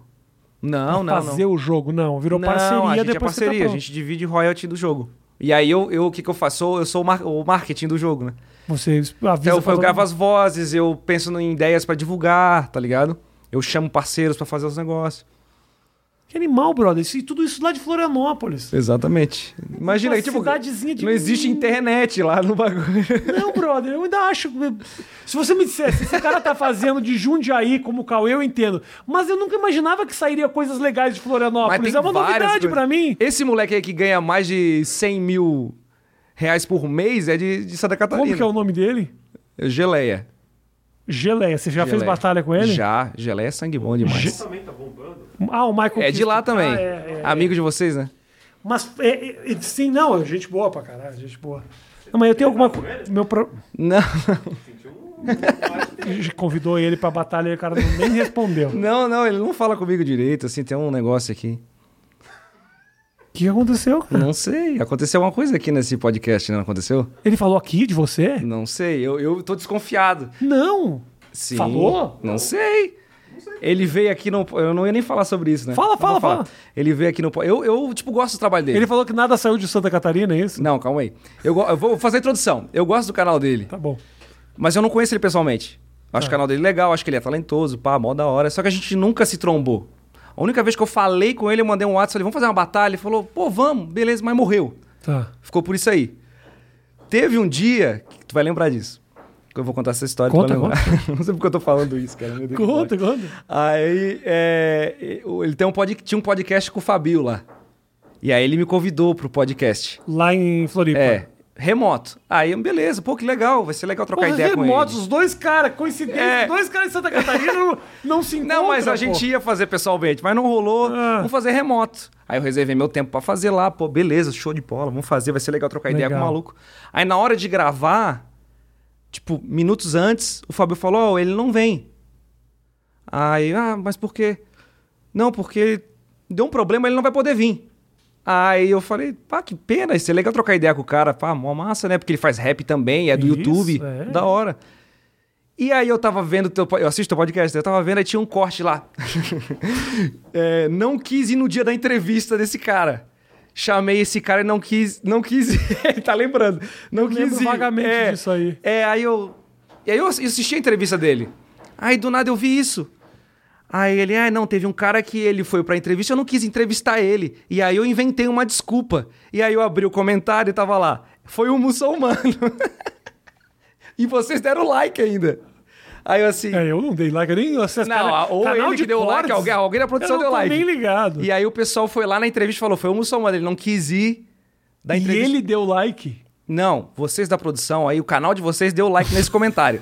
S2: Não, não, não.
S1: fazer o jogo, não. Virou
S2: não,
S1: parceria
S2: a gente é
S1: depois que
S2: parceria.
S1: tá
S2: a
S1: pronto.
S2: gente divide royalty do jogo. E aí, eu, eu, o que que eu faço? Eu sou o, mar- o marketing do jogo, né?
S1: Você avisa
S2: Então, eu,
S1: pra
S2: eu
S1: todo
S2: gravo
S1: mundo.
S2: as vozes, eu penso em ideias pra divulgar, tá ligado? Eu chamo parceiros pra fazer os negócios.
S1: Que animal, brother. Isso, e tudo isso lá de Florianópolis.
S2: Exatamente. Imagina aí,
S1: Uma
S2: tipo,
S1: cidadezinha de
S2: não existe internet lá no bagulho.
S1: Não, brother, eu ainda acho. Se você me dissesse, esse cara tá fazendo de Jundiaí como o Cauê, eu entendo. Mas eu nunca imaginava que sairia coisas legais de Florianópolis. É uma
S2: várias
S1: novidade
S2: coisas.
S1: pra mim.
S2: Esse moleque aí que ganha mais de 100 mil reais por mês é de, de Santa Catarina. É
S1: Como que é o nome dele?
S2: Geleia.
S1: Geleia. Você já fez
S2: Geleia.
S1: batalha com ele?
S2: Já. Geleia é sangue bom demais.
S3: Isso também tá bombando.
S1: Ah, o Michael
S2: É de lá
S1: Kiske.
S2: também.
S1: Ah, é, é.
S2: Amigo de vocês, né?
S1: Mas, é, é, é, sim, não, é gente boa pra caralho, gente boa. Não, mas eu tenho alguma coisa. Meu pro...
S2: Não,
S1: Convidou ele pra batalha e o cara não- nem respondeu.
S2: não, não, ele não fala comigo direito, assim, tem um negócio aqui.
S1: que que aconteceu, cara?
S2: Não sei. Aconteceu uma coisa aqui nesse podcast, né? não aconteceu?
S1: Ele falou aqui de você?
S2: Não sei. Eu, eu tô desconfiado.
S1: Não.
S2: Sim.
S1: Falou?
S2: Não sei. Ele veio aqui no. Eu não ia nem falar sobre isso, né?
S1: Fala,
S2: Não vou
S1: fala,
S2: falar.
S1: fala.
S2: Ele veio aqui no. po- Eu, eu tipo, gosto do trabalho dele.
S1: Ele falou que nada saiu de Santa Catarina, é isso?
S2: Não, calma aí. Eu, go- eu vou fazer a introdução. Eu gosto do canal dele.
S1: Tá bom.
S2: Mas eu não conheço ele pessoalmente. Eu
S1: Ah.
S2: Acho o canal dele legal, acho que ele é talentoso, pá, mó da hora. Só que a gente nunca se trombou. A única vez que eu falei com ele, eu mandei um WhatsApp, falei, vamos fazer uma batalha. Ele falou, pô, vamos, beleza, mas morreu.
S1: Tá.
S2: Ficou por isso aí. Teve um dia, que tu vai lembrar disso. Que eu vou contar essa história,
S1: Conta,
S2: tu vai lembrar. não sei porque eu tô falando isso, cara. Meu Deus que
S1: Conta,
S2: dói.
S1: conta.
S2: Aí, é, ele tem um pod, tinha um podcast com o Fabio lá. E aí ele me convidou pro podcast.
S1: Lá em Floripa.
S2: É, remoto. Aí, beleza, pô, que legal, vai ser legal trocar
S1: Porra,
S2: ideia com ele.
S1: remotos, os dois caras, coincidência,
S2: É.
S1: os dois caras de Santa Catarina não, não se encontram.
S2: Não, mas a
S1: pô.
S2: gente ia fazer pessoalmente, mas não rolou.
S1: Ah.
S2: Vamos fazer remoto. Aí eu reservei meu tempo pra fazer lá, pô, beleza, show de bola, vamos fazer, vai ser legal trocar ideia com
S1: Legal.
S2: o maluco. Aí na hora de gravar, tipo, minutos antes, o Fábio falou: Ó, ele não vem. Aí, ah, mas por quê? Não, porque deu um problema, ele não vai poder vir. Aí eu falei, pá, que pena, isso é legal trocar ideia com o cara, pá, mó massa, né? Porque ele faz rap também, é do
S1: Isso,
S2: YouTube,
S1: é.
S2: da hora. E aí eu tava vendo teu, po- eu assisto teu podcast, eu tava vendo aí tinha um corte lá. É, não quis ir no dia da entrevista desse cara. Chamei esse cara e não quis, não quis. ir. Ele tá lembrando? Não
S1: Eu
S2: quis
S1: lembro
S2: ir.
S1: vagamente
S2: é,
S1: disso aí.
S2: É, aí eu, e aí eu ass- eu assisti a entrevista dele. Aí do nada eu vi isso. Aí ele, ah, não, teve um cara que ele foi pra entrevista, eu não quis entrevistar ele. E aí eu inventei uma desculpa. E aí eu abri o comentário e tava lá, foi um muçulmano. e vocês deram like ainda. Aí eu assim,
S1: É, tá eu não dei like, eu nem acesso
S2: Não, ou ele que deu like, alguém- alguém da produção
S1: eu não
S2: deu
S1: tô
S2: like.
S1: nem ligado.
S2: e aí o pessoal foi lá na entrevista e falou, foi um muçulmano, ele não quis ir da
S1: E
S2: entrevista.
S1: ele deu like.
S2: Não, vocês da produção aí, o canal de vocês deu like nesse comentário.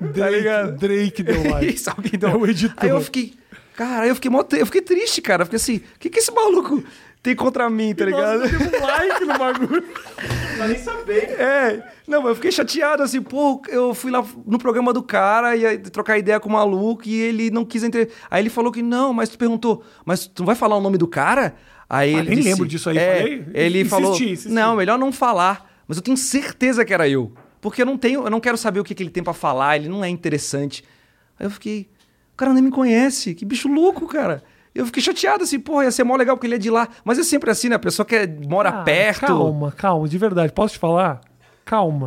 S1: Drake,
S2: Tá ligado?
S1: Drake deu like.
S2: Isso, alguém deu.
S1: É o editor.
S2: Aí eu fiquei. Cara, aí eu fiquei, mó tri- eu fiquei triste, cara. Eu fiquei assim, o que, que esse maluco tem contra mim, tá ligado?
S1: Nossa, deu um like no bagulho.
S3: Pra tá nem saber.
S2: É, não, mas eu fiquei chateado, assim, pô, eu fui lá no programa do cara, ia trocar ideia com o maluco e ele não quis entrar. Aí ele falou que não, mas tu perguntou, mas tu não vai falar o nome do cara? Aí
S1: Ah,
S2: ele
S1: nem
S2: disse,
S1: lembro disso aí,
S2: é,
S1: falei?
S2: Ele
S1: Insisti,
S2: falou,
S1: insisti.
S2: não, melhor não falar, mas eu tenho certeza que era eu, porque eu não tenho, eu não quero saber o que, que ele tem pra falar, ele não é interessante. Aí eu fiquei, o cara nem me conhece, que bicho louco, cara. Eu fiquei chateado, assim, porra, ia ser mó legal porque ele é de lá. Mas é sempre assim, né? A pessoa que é- mora
S1: Ah,
S2: perto.
S1: Calma, calma, de verdade. Posso te falar? Calma.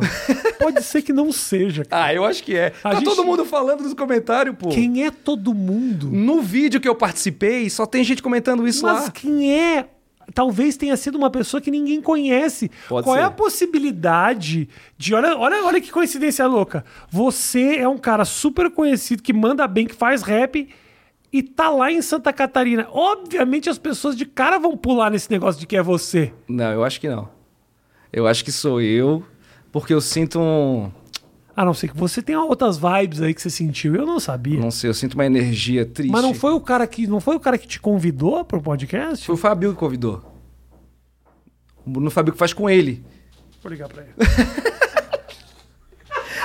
S1: Pode ser que não seja. cara.
S2: Ah, eu acho que é.
S1: A
S2: tá
S1: gente-
S2: todo mundo falando nos comentários, pô.
S1: Quem é todo mundo?
S2: No vídeo que eu participei, só tem gente comentando isso
S1: Mas
S2: lá.
S1: quem é? Talvez tenha sido uma pessoa que ninguém conhece.
S2: Pode
S1: Qual é
S2: ser.
S1: a possibilidade de. Olha, olha, olha que coincidência louca. Você é um cara super conhecido que manda bem, que faz rap e tá lá em Santa Catarina. Obviamente as pessoas de cara vão pular nesse negócio de que é você.
S2: Não, eu acho que não. Eu acho que sou eu, porque eu sinto um.
S1: A não ser que você tenha outras vibes aí que você sentiu. Eu não sabia.
S2: Não sei, eu sinto uma energia triste.
S1: Mas não foi o cara que não foi o cara que te convidou pro podcast?
S2: Foi o Fabio que convidou. O Bruno Fabio que faz com ele.
S1: Vou ligar pra ele.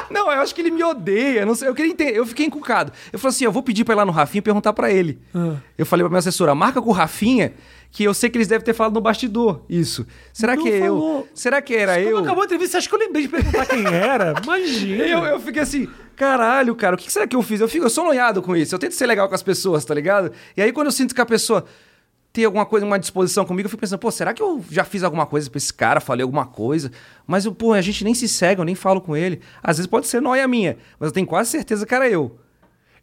S2: Não, eu acho que ele me odeia. Não sei, eu queria entender. Eu fiquei encucado. Eu falei assim: eu vou pedir pra ir lá no Rafinha e perguntar pra ele.
S1: Ah.
S2: Eu falei pra minha assessora: marca com o Rafinha, que eu sei que eles devem ter falado no bastidor. Isso. Será
S1: Não
S2: que
S1: falou.
S2: eu? Será que era eu?
S1: Quando acabou a entrevista, acho que eu lembrei de perguntar quem era. Imagina.
S2: Eu, eu fiquei assim, caralho, cara, o que será que eu fiz? Eu fico, eu sou noiado com isso. Eu tento ser legal com as pessoas, tá ligado? E aí quando eu sinto que a pessoa tem alguma coisa, uma disposição comigo, eu fico pensando, pô, será que eu já fiz alguma coisa pra esse cara, falei alguma coisa? Mas, eu, pô, a gente nem se segue, eu nem falo com ele. Às vezes pode ser noia minha, mas eu tenho quase certeza que era eu.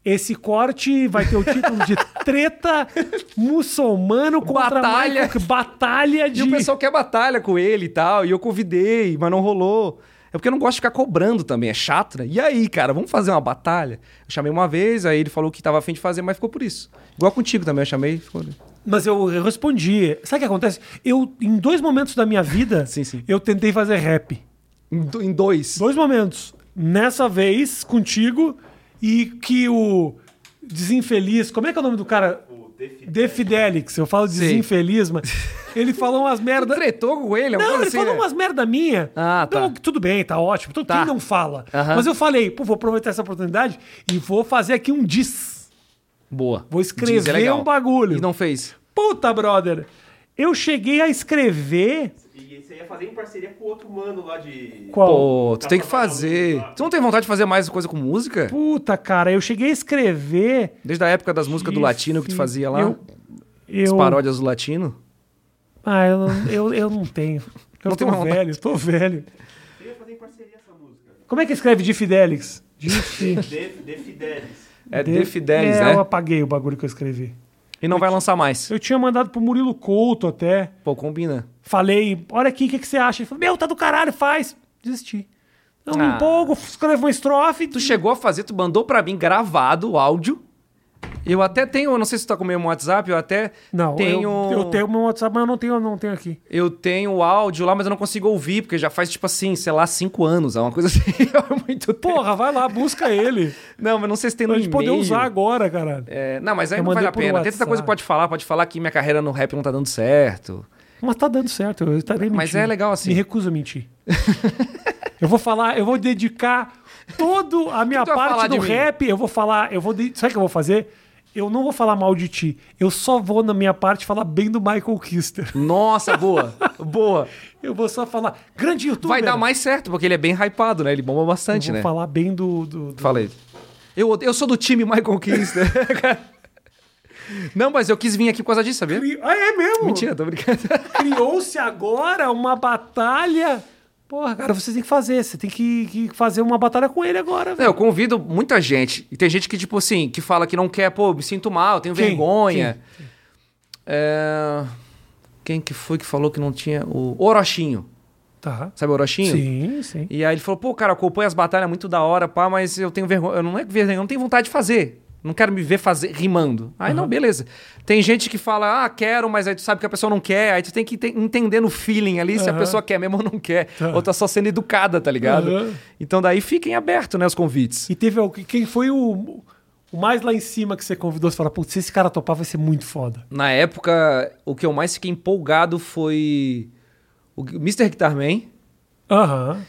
S1: Esse corte vai ter o título de treta muçulmano contra
S2: Batalha.
S1: Michael- batalha de
S2: E o pessoal quer batalha com ele e tal, e eu convidei, mas não rolou. É porque eu não gosto de ficar cobrando também, é chato, né? E aí, cara, vamos fazer uma batalha? Eu chamei uma vez, aí ele falou que tava afim de fazer, mas ficou por isso. Igual contigo também, eu chamei e ficou.
S1: Mas eu, eu respondi. Sabe o que acontece? Eu em dois momentos da minha vida,
S2: Sim, sim.
S1: eu tentei fazer rap.
S2: Em, do- em dois.
S1: Dois momentos. Nessa vez contigo e que o desinfeliz, como é que é o nome do cara?
S3: O Defi-
S1: Defidelix. Eu falo desinfeliz, mas ele falou umas merda.
S2: Tretou com ele, é uma
S1: Não,
S2: coisa
S1: ele
S2: assim,
S1: falou
S2: né?
S1: umas merda minha.
S2: Ah, tá.
S1: Não, tudo bem, tá ótimo. Então,
S2: Tá.
S1: quem não fala?
S2: Aham.
S1: Mas eu falei, pô, vou aproveitar essa oportunidade e vou fazer aqui um diz.
S2: Boa.
S1: Vou escrever
S2: Diz, é legal.
S1: um bagulho.
S2: E não fez.
S1: Puta, brother. Eu cheguei a escrever.
S3: E você ia fazer em parceria com o outro mano lá de.
S1: Qual?
S2: Pô, tu tem que fazer. Tu não tem vontade de fazer mais coisa com música?
S1: Puta, cara, eu cheguei a escrever.
S2: Desde a época das músicas do latino que tu fazia lá?
S1: Eu-
S2: As
S1: Eu,
S2: paródias do latino?
S1: Ah, eu, não- eu, eu não tenho. Eu
S2: Não tem
S1: tô
S2: uma
S1: velho, tô velho.
S3: Você ia fazer em parceria essa música.
S1: Como é que escreve de Fidelix? De,
S3: De, de Fidelis.
S2: É De Fidelis,
S1: é,
S2: né?
S1: Eu apaguei o bagulho que eu escrevi.
S2: E não vai lançar mais.
S1: Eu tinha mandado pro Murilo Couto até.
S2: Pô, combina.
S1: Falei, olha aqui, o que, que você acha? Ele falou, meu, tá do caralho, faz. Desisti. Eu me
S2: Ah.
S1: empolgo, escrevo uma estrofe.
S2: Tu chegou a fazer, tu mandou pra mim gravado o áudio. Eu até tenho, eu não sei se tu tá com o meu WhatsApp, eu até
S1: Não,
S2: tenho.
S1: eu, eu tenho meu WhatsApp, mas eu não tenho, não tenho aqui.
S2: Eu tenho o áudio lá, mas eu não consigo ouvir, porque já faz, tipo assim, sei lá, cinco anos. É uma coisa assim, é muito tempo.
S1: Porra, vai lá, busca ele.
S2: Não, mas não sei se tem no
S1: Pra gente poder
S2: Um e-mail.
S1: usar agora, caralho.
S2: É, não, mas aí
S1: Eu
S2: não vale
S1: mandei
S2: a
S1: por
S2: pena. Tem tanta
S1: WhatsApp.
S2: coisa que pode falar, pode falar que minha carreira no rap não tá dando certo.
S1: Mas tá dando certo, eu estarei
S2: Mas
S1: mentindo.
S2: é legal assim.
S1: Me recuso a mentir. eu vou falar, eu vou dedicar toda a minha
S2: tu vai falar
S1: parte
S2: de
S1: do
S2: mim?
S1: rap, eu vou falar, eu vou, de- sabe o que eu vou fazer? Eu não vou falar mal de ti. Eu só vou na minha parte falar bem do Michael Kister.
S2: Nossa, boa, boa.
S1: Eu vou só falar grande youtuber.
S2: Vai dar mais certo, porque ele é bem hypado, né? Ele bomba
S1: Eu
S2: bastante,
S1: vou
S2: né?
S1: falar bem do, do, do-
S2: Fala aí. Eu, eu sou do time Michael Kister. não, mas eu quis vir aqui por causa disso, sabia?
S1: Ah, é mesmo?
S2: Mentira, tô brincando.
S1: Criou-se agora uma batalha. Porra, cara, você tem que fazer. Você tem que, que fazer uma batalha com ele agora,
S2: Não,
S1: velho.
S2: eu convido muita gente. E tem gente que, tipo assim, que fala que não quer, pô, me sinto mal, tenho
S1: Quem?
S2: vergonha. É, Quem que foi que falou que não tinha o Orochinho?
S1: Tá.
S2: Sabe o Orochinho?
S1: Sim, sim.
S2: E aí ele falou, pô, cara, eu acompanho as batalhas é muito da hora, pá, mas eu tenho vergonha. Eu não é vergonha, eu não tenho vontade de fazer. Não quero me ver fazer rimando. Aí não, beleza. Tem gente que fala, ah, quero, mas aí tu sabe que a pessoa não quer. Aí tu tem que te- entender no feeling ali se a
S1: Aham.
S2: pessoa quer mesmo ou não quer. Ou tá só sendo educada, tá ligado?
S1: Aham.
S2: Então daí fiquem abertos, né, os convites.
S1: E teve alguém. Quem foi o, o mais lá em cima que você convidou? Você fala, putz, se esse cara topar vai ser muito foda.
S2: Na época, o que eu mais fiquei empolgado foi o Mr. Guitarman,
S1: Aham.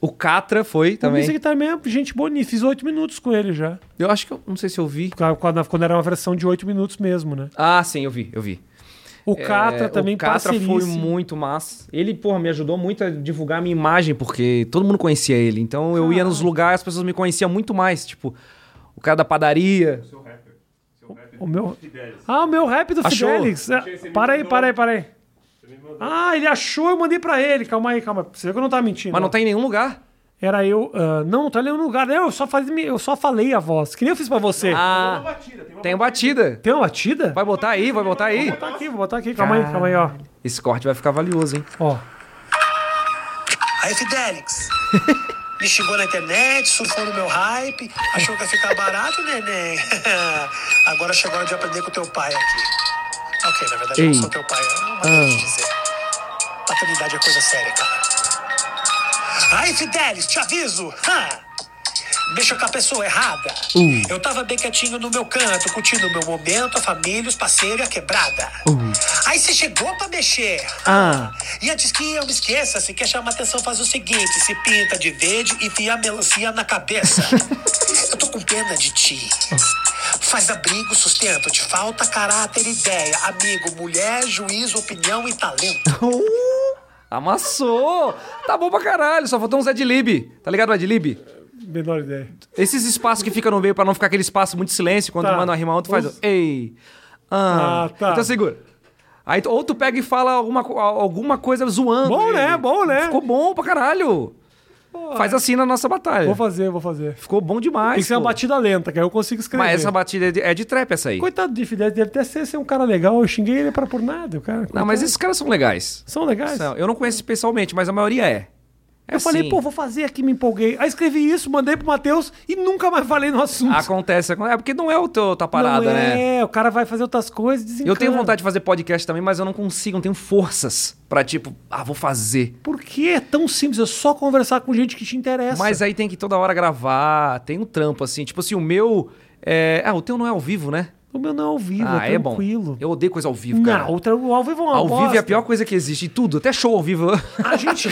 S2: o Catra foi
S1: O
S2: também.
S1: Mr. Guitarman é gente bonita. Fiz oito minutos com ele já.
S2: Eu acho que eu não sei se eu vi.
S1: Quando- Quando quando era uma versão de oito minutos mesmo, né?
S2: Ah, sim, eu vi, eu vi.
S1: O Catra
S2: É,
S1: também
S2: O Catra foi
S1: parceiríssimo.
S2: muito massa. Ele, porra, me ajudou muito a divulgar a minha imagem, porque todo mundo conhecia ele. Então eu ia nos lugares, as pessoas me conheciam muito mais. Tipo, o cara da padaria.
S3: Seu rapper. Seu rapper.
S1: O meu...
S3: Fidelis.
S1: Ah, o meu rap do
S2: Achou?
S1: Fidelix. Ah,
S3: Achei, você me
S1: Para aí,
S3: mandou.
S1: para aí, para aí.
S3: Você me mandou.
S1: Ah, ele achou, eu mandei pra ele. Calma aí, calma. Você vê que eu não tava mentindo.
S2: Mas não tá em nenhum lugar.
S1: Era eu. ah, não, não tá lendo lugar. Eu só, faz, eu só falei a voz. Que nem eu fiz pra você.
S3: Tem uma
S2: Ah,
S3: batida, tem uma
S2: tem
S3: batida.
S2: batida.
S1: Tem uma batida?
S2: Vai botar aí, vai botar aí.
S1: Vou botar aqui, vou botar aqui. Calma aí, calma aí, ó.
S2: Esse corte vai ficar valioso, hein?
S1: Ó.
S6: Aí, Fidelix, me xingou na internet, surfou no meu hype, achou que ia ficar barato, neném. Agora chegou a hora de aprender com teu pai aqui. Ok, na verdade eu não
S2: Ei.
S6: sou teu pai, é uma maneira de dizer. Paternidade é coisa séria, cara. Aí, Fidelis, te aviso! Ha! Mexeu com a pessoa errada. Eu tava bem quietinho no meu canto, curtindo o meu momento, a família, os parceiros e a quebrada. Aí você chegou pra mexer.
S2: Ah.
S6: E antes que eu me esqueça, se quer chamar atenção, faz o seguinte: se pinta de verde e enfia melancia na cabeça. eu tô com pena de ti. Faz abrigo, sustento, te falta caráter, ideia, amigo, mulher, juízo, opinião e talento.
S2: Uh, Amassou! Tá bom pra caralho, só faltou um Zé de Lib. Tá ligado o Zé de Lib?
S1: Menor ideia.
S2: Esses espaços que fica no meio pra não ficar aquele espaço muito silêncio, quando
S1: Tá.
S2: manda uma rima outra, faz.
S1: Os-
S2: Ei! Ah,
S1: Ah, tá.
S2: Então segura. Aí, tu- ou tu pega e fala alguma, co- alguma coisa zoando.
S1: Bom,
S2: ele.
S1: né? Bom, né?
S2: Ficou bom pra caralho. Faz assim na nossa batalha.
S1: Vou fazer, vou fazer.
S2: Ficou bom demais.
S1: Tem que ser uma
S2: pô.
S1: batida lenta, que aí eu consigo escrever.
S2: Mas essa batida é de, é de trap, essa aí.
S1: Coitado de Fidelis, deve até ser, ser um cara legal. Eu xinguei ele pra por nada, o cara.
S2: Não,
S1: coitado.
S2: mas é esses caras são legais.
S1: São legais.
S2: São. Eu não conheço pessoalmente, mas a maioria é. É
S1: eu falei,
S2: assim.
S1: pô, vou fazer aqui, me empolguei. Aí escrevi isso, mandei pro Matheus e nunca mais falei no assunto.
S2: Acontece, acontece. É porque não é o teu, tua
S1: Não
S2: parada, né?
S1: é, o cara vai fazer outras coisas
S2: Eu
S1: desencana.
S2: tenho vontade de fazer podcast também, mas eu não consigo, não tenho forças pra tipo, ah, vou fazer.
S1: Por que é tão simples? É só conversar com gente que te interessa.
S2: Mas aí tem que toda hora gravar, tem um trampo assim, tipo assim, o meu é... ah, o teu não é ao vivo, né?
S1: O meu não é ao vivo,
S2: ah,
S1: é
S2: é bom.
S1: tranquilo.
S2: Eu odeio coisa ao vivo, cara.
S1: Não, outra, o ao vivo é uma
S2: ao vivo é a
S1: bosta.
S2: pior coisa que existe, e tudo, até show ao vivo.
S1: A gente,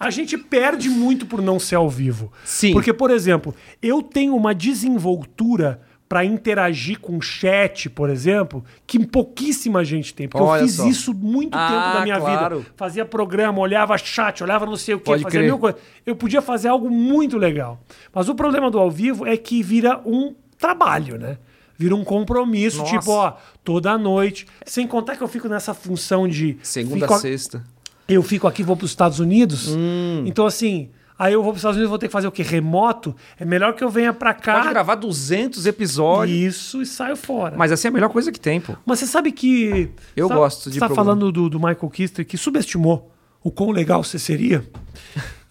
S1: a gente perde muito por não ser ao vivo.
S2: Sim.
S1: Porque, por exemplo, eu tenho uma desenvoltura para interagir com chat, por exemplo, que pouquíssima gente tem. Porque
S2: Olha
S1: eu fiz
S2: só.
S1: isso muito
S2: Ah,
S1: tempo da minha
S2: claro.
S1: vida. Fazia programa, olhava chat, olhava não sei o quê,
S2: Pode
S1: fazia
S2: crer.
S1: mil coisas. Eu podia fazer algo muito legal. Mas o problema do ao vivo é que vira um trabalho, né? Vira um compromisso,
S2: Nossa.
S1: tipo, ó, toda noite. Sem contar que eu fico nessa função de.
S2: Segunda,
S1: fico a-
S2: sexta.
S1: eu fico aqui, vou para os Estados Unidos.
S2: Hum.
S1: Então, assim, aí eu vou para os Estados Unidos, vou ter que fazer o quê? Remoto? É melhor que eu venha para
S2: Pode
S1: cá.
S2: gravar 200 episódios,
S1: Isso e saio fora.
S2: mas essa é a melhor coisa que tem, pô.
S1: Mas você sabe que.
S2: Eu
S1: sa-
S2: gosto de
S1: Você tá
S2: programa.
S1: falando do, do Michael Kister que subestimou o quão legal você seria.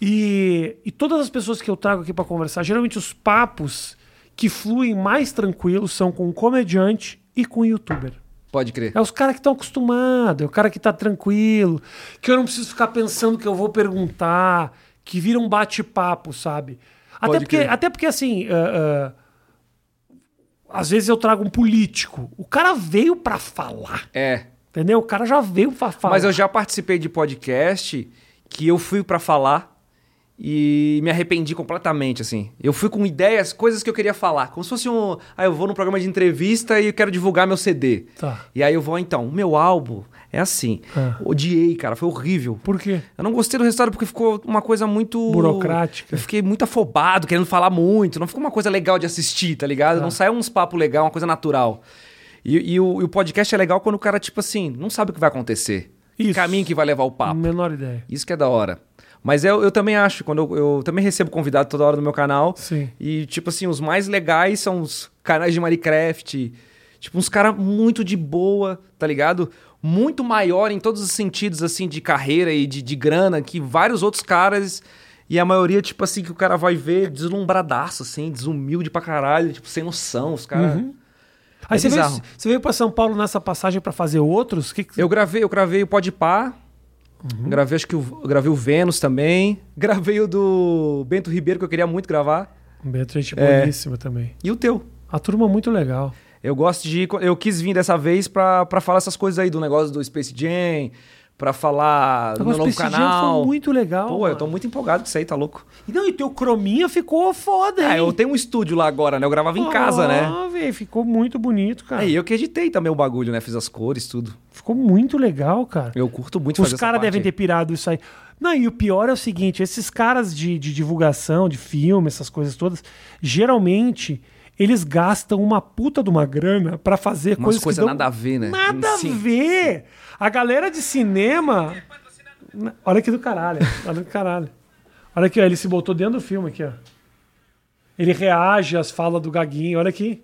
S1: E, e todas as pessoas que eu trago aqui para conversar, geralmente os papos que fluem mais tranquilos são com o comediante e com o youtuber.
S2: Pode crer.
S1: É os caras que estão acostumados, é o cara que tá tranquilo, que eu não preciso ficar pensando que eu vou perguntar, que vira um bate-papo, sabe? Até
S2: Pode
S1: porque,
S2: crer.
S1: até porque, assim, ah, ah, às vezes eu trago um político. O cara veio pra falar,
S2: É.
S1: entendeu? O cara já veio pra falar.
S2: Mas eu já participei de podcast que eu fui pra falar e me arrependi completamente, assim. Eu fui com ideias, coisas que eu queria falar. Como se fosse um. Ah, eu vou num programa de entrevista e eu quero divulgar meu CD.
S1: Tá.
S2: E aí eu vou, então, meu álbum é assim.
S1: Ah.
S2: Odiei, cara, foi horrível.
S1: Por quê?
S2: Eu não gostei do resultado porque ficou uma coisa muito.
S1: Burocrática.
S2: Eu fiquei muito afobado, querendo falar muito. Não ficou uma coisa legal de assistir, tá ligado? Não saiu uns papos legal, uma coisa natural. E, e o, e o podcast é legal quando o cara, tipo assim, não sabe o que vai acontecer. Que
S1: Isso.
S2: caminho que vai levar o papo.
S1: Menor ideia.
S2: Isso que é da hora. Mas eu, eu também acho, quando eu, eu também recebo convidado toda hora no meu canal.
S1: Sim.
S2: E, tipo assim, os mais legais são os canais de Minecraft. Tipo, uns caras muito de boa, tá ligado? Muito maior em todos os sentidos, assim, de carreira e de, de grana que vários outros caras. E a maioria, tipo assim, que o cara vai ver deslumbradaço, assim, desumilde pra caralho, tipo, sem noção, os caras.
S1: Aí
S2: É
S1: você, veio,
S2: bizarro.
S1: você veio pra São Paulo nessa passagem pra fazer outros? Que que-
S2: Eu gravei, eu gravei o Podpah. Gravei, acho que o, eu gravei o Vênus também. Gravei o do Bento Ribeiro, que eu queria muito gravar.
S1: Beto, gente
S2: É.
S1: boníssima também.
S2: E o teu.
S1: A turma é muito legal.
S2: Eu gosto de. Eu quis vir dessa vez pra, pra falar essas coisas aí do negócio do Space Jam, pra falar do
S1: Agora,
S2: meu
S1: o
S2: novo
S1: Tá Space Jam
S2: canal.
S1: foi muito legal.
S2: Pô, eu tô
S1: mano.
S2: muito empolgado com isso aí, tá louco?
S1: E Não, e teu crominha ficou foda, hein?
S2: Ah, eu tenho um estúdio lá agora, né? Eu gravava em casa, né?
S1: Ah, velho, ficou muito bonito, cara.
S2: Aí eu que editei também o bagulho, né? Fiz as cores, tudo.
S1: Ficou muito legal, cara.
S2: Eu curto muito
S1: Os
S2: fazer
S1: caras devem ter pirado isso aí. Não, e o pior é o seguinte: esses caras de, de divulgação, de filme, essas coisas todas, geralmente eles gastam uma puta de uma grana pra fazer
S2: Umas
S1: coisas
S2: coisas
S1: que dão
S2: nada a ver, né?
S1: Nada
S2: Sim.
S1: a ver! A galera de cinema. Na- Olha aqui do caralho. Olha do caralho. Olha aqui, ó, ele se botou dentro do filme aqui, ó. Ele reage às falas do Gaguinho, olha aqui.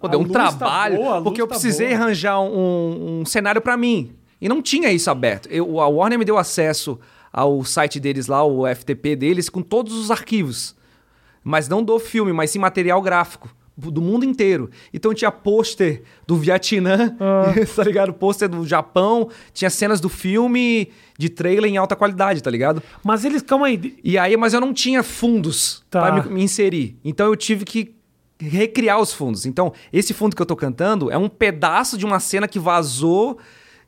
S2: Pô, deu
S1: A
S2: um
S1: luz tá
S2: trabalho,
S1: boa, a luz
S2: porque eu
S1: tá
S2: precisei
S1: boa.
S2: arranjar um, um cenário pra mim. E não tinha isso aberto. Eu, a Warner me deu acesso ao site deles lá, o FTP deles, com todos os arquivos. Mas não do filme, mas sim material gráfico. Do mundo inteiro. Então tinha pôster do Vietnã,
S1: Ah.
S2: tá ligado? Pôster do Japão, tinha cenas do filme de trailer em alta qualidade, tá ligado?
S1: Mas eles, calma aí,
S2: E aí, mas eu não tinha fundos
S1: Tá.
S2: pra me, me inserir. Então eu tive que recriar os fundos. Então, esse fundo que eu tô cantando é um pedaço de uma cena que vazou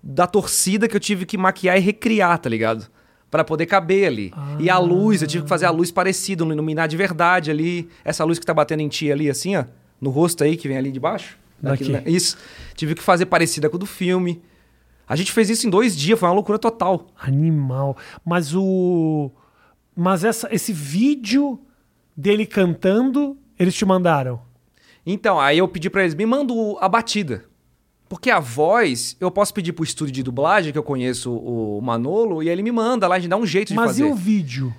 S2: da torcida que eu tive que maquiar e recriar, tá ligado? Pra poder caber ali. E a luz, eu tive que fazer a luz parecida, não iluminar de verdade ali. Essa luz que tá batendo em ti ali, assim, ó. No rosto aí, que vem ali de baixo.
S1: Daqui.
S2: né? Isso. Tive que fazer parecida com a do filme. A gente fez isso em dois dias, foi uma loucura total.
S1: Animal. Mas o. Mas essa, esse vídeo dele cantando, eles te mandaram.
S2: Então, aí eu pedi pra eles, me manda o- a batida. Porque a voz, eu posso pedir pro estúdio de dublagem, que eu conheço o Manolo, e ele me manda lá, a gente dá um jeito
S1: Mas e
S2: de fazer.
S1: o vídeo?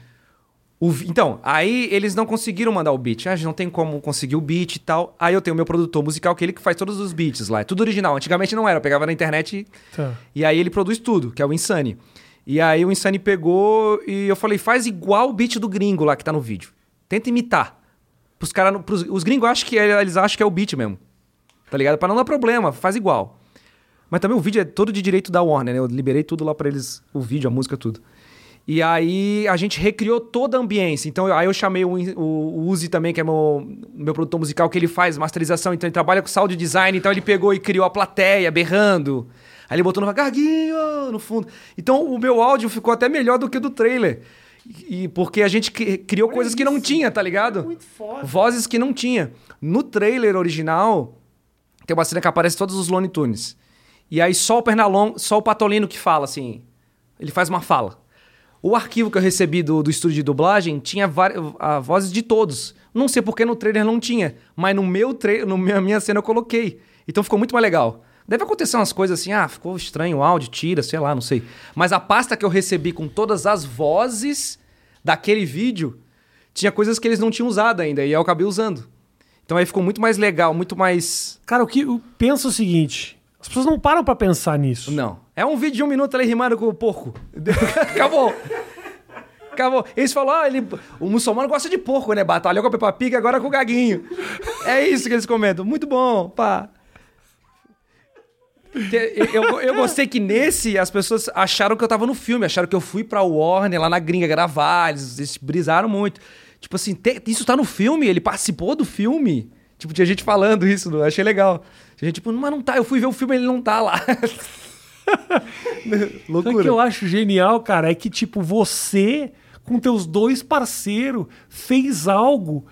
S2: O vi- então, aí eles não conseguiram mandar o beat. Ah, a gente não tem como conseguir o beat e tal. Aí eu tenho meu produtor musical, que é ele que faz todos os beats lá. É tudo original. Antigamente não era, eu pegava na internet e-
S1: Tá.
S2: e aí ele produz tudo, que é o Insane. E aí o Insane pegou e eu falei, faz igual o beat do gringo lá que tá no vídeo. Tenta imitar. Pros cara, não- pros, os gringos acham que é- eles acham que é o beat mesmo. Tá ligado? Pra não dar problema, faz igual. Mas também o vídeo é todo de direito da Warner, né? Eu liberei tudo lá pra eles, o vídeo, a música, tudo. E aí a gente recriou toda a ambiência. Então eu- aí eu chamei o, In- o, o Uzi também, que é meu, meu produtor musical, que ele faz masterização, então ele trabalha com sound design, então ele pegou e criou a plateia berrando. Aí ele botou no garguinho no fundo. Então o meu áudio ficou até melhor do que o do trailer. E porque a gente cri- criou coisas que não tinha, tá ligado?
S1: muito foda.
S2: Vozes que não tinha. No trailer original, tem uma cena que aparece todos os Looney Tunes. E aí só o Pernalong, só o Patolino que fala, assim. Ele faz uma fala. O arquivo que eu recebi do, do estúdio de dublagem tinha vari- a vozes de todos. Não sei porque no trailer não tinha, mas no meu trailer, na minha cena eu coloquei. Então ficou muito mais legal. Deve acontecer umas coisas assim, ah, ficou estranho o áudio, tira, sei lá, não sei. Mas a pasta que eu recebi com todas as vozes daquele vídeo tinha coisas que eles não tinham usado ainda, e eu acabei usando. Então aí ficou muito mais legal, muito mais.
S1: Cara, o que eu penso o seguinte: as pessoas não param pra pensar nisso.
S2: Não. É um vídeo de um minuto ali rimando com o porco. Acabou. Acabou. Eles falaram, ah, ele... o muçulmano gosta de porco, né? Batalhou com a Peppa Pig, agora com o Gaguinho. É isso que eles comentam. Muito bom, pá. Te- Eu, eu- eu gostei que nesse as pessoas acharam que eu tava no filme, acharam que eu fui pra Warner lá na gringa gravar, eles, eles brisaram muito. Tipo assim, te- isso tá no filme? Ele participou do filme? Tipo, tinha gente falando isso, eu achei legal. Tinha gente tipo, mas não tá, eu fui ver o filme ele não tá lá.
S1: Sabe O que
S2: Loucura.
S1: eu acho genial, cara, é que, tipo, você, com teus dois parceiros, fez algo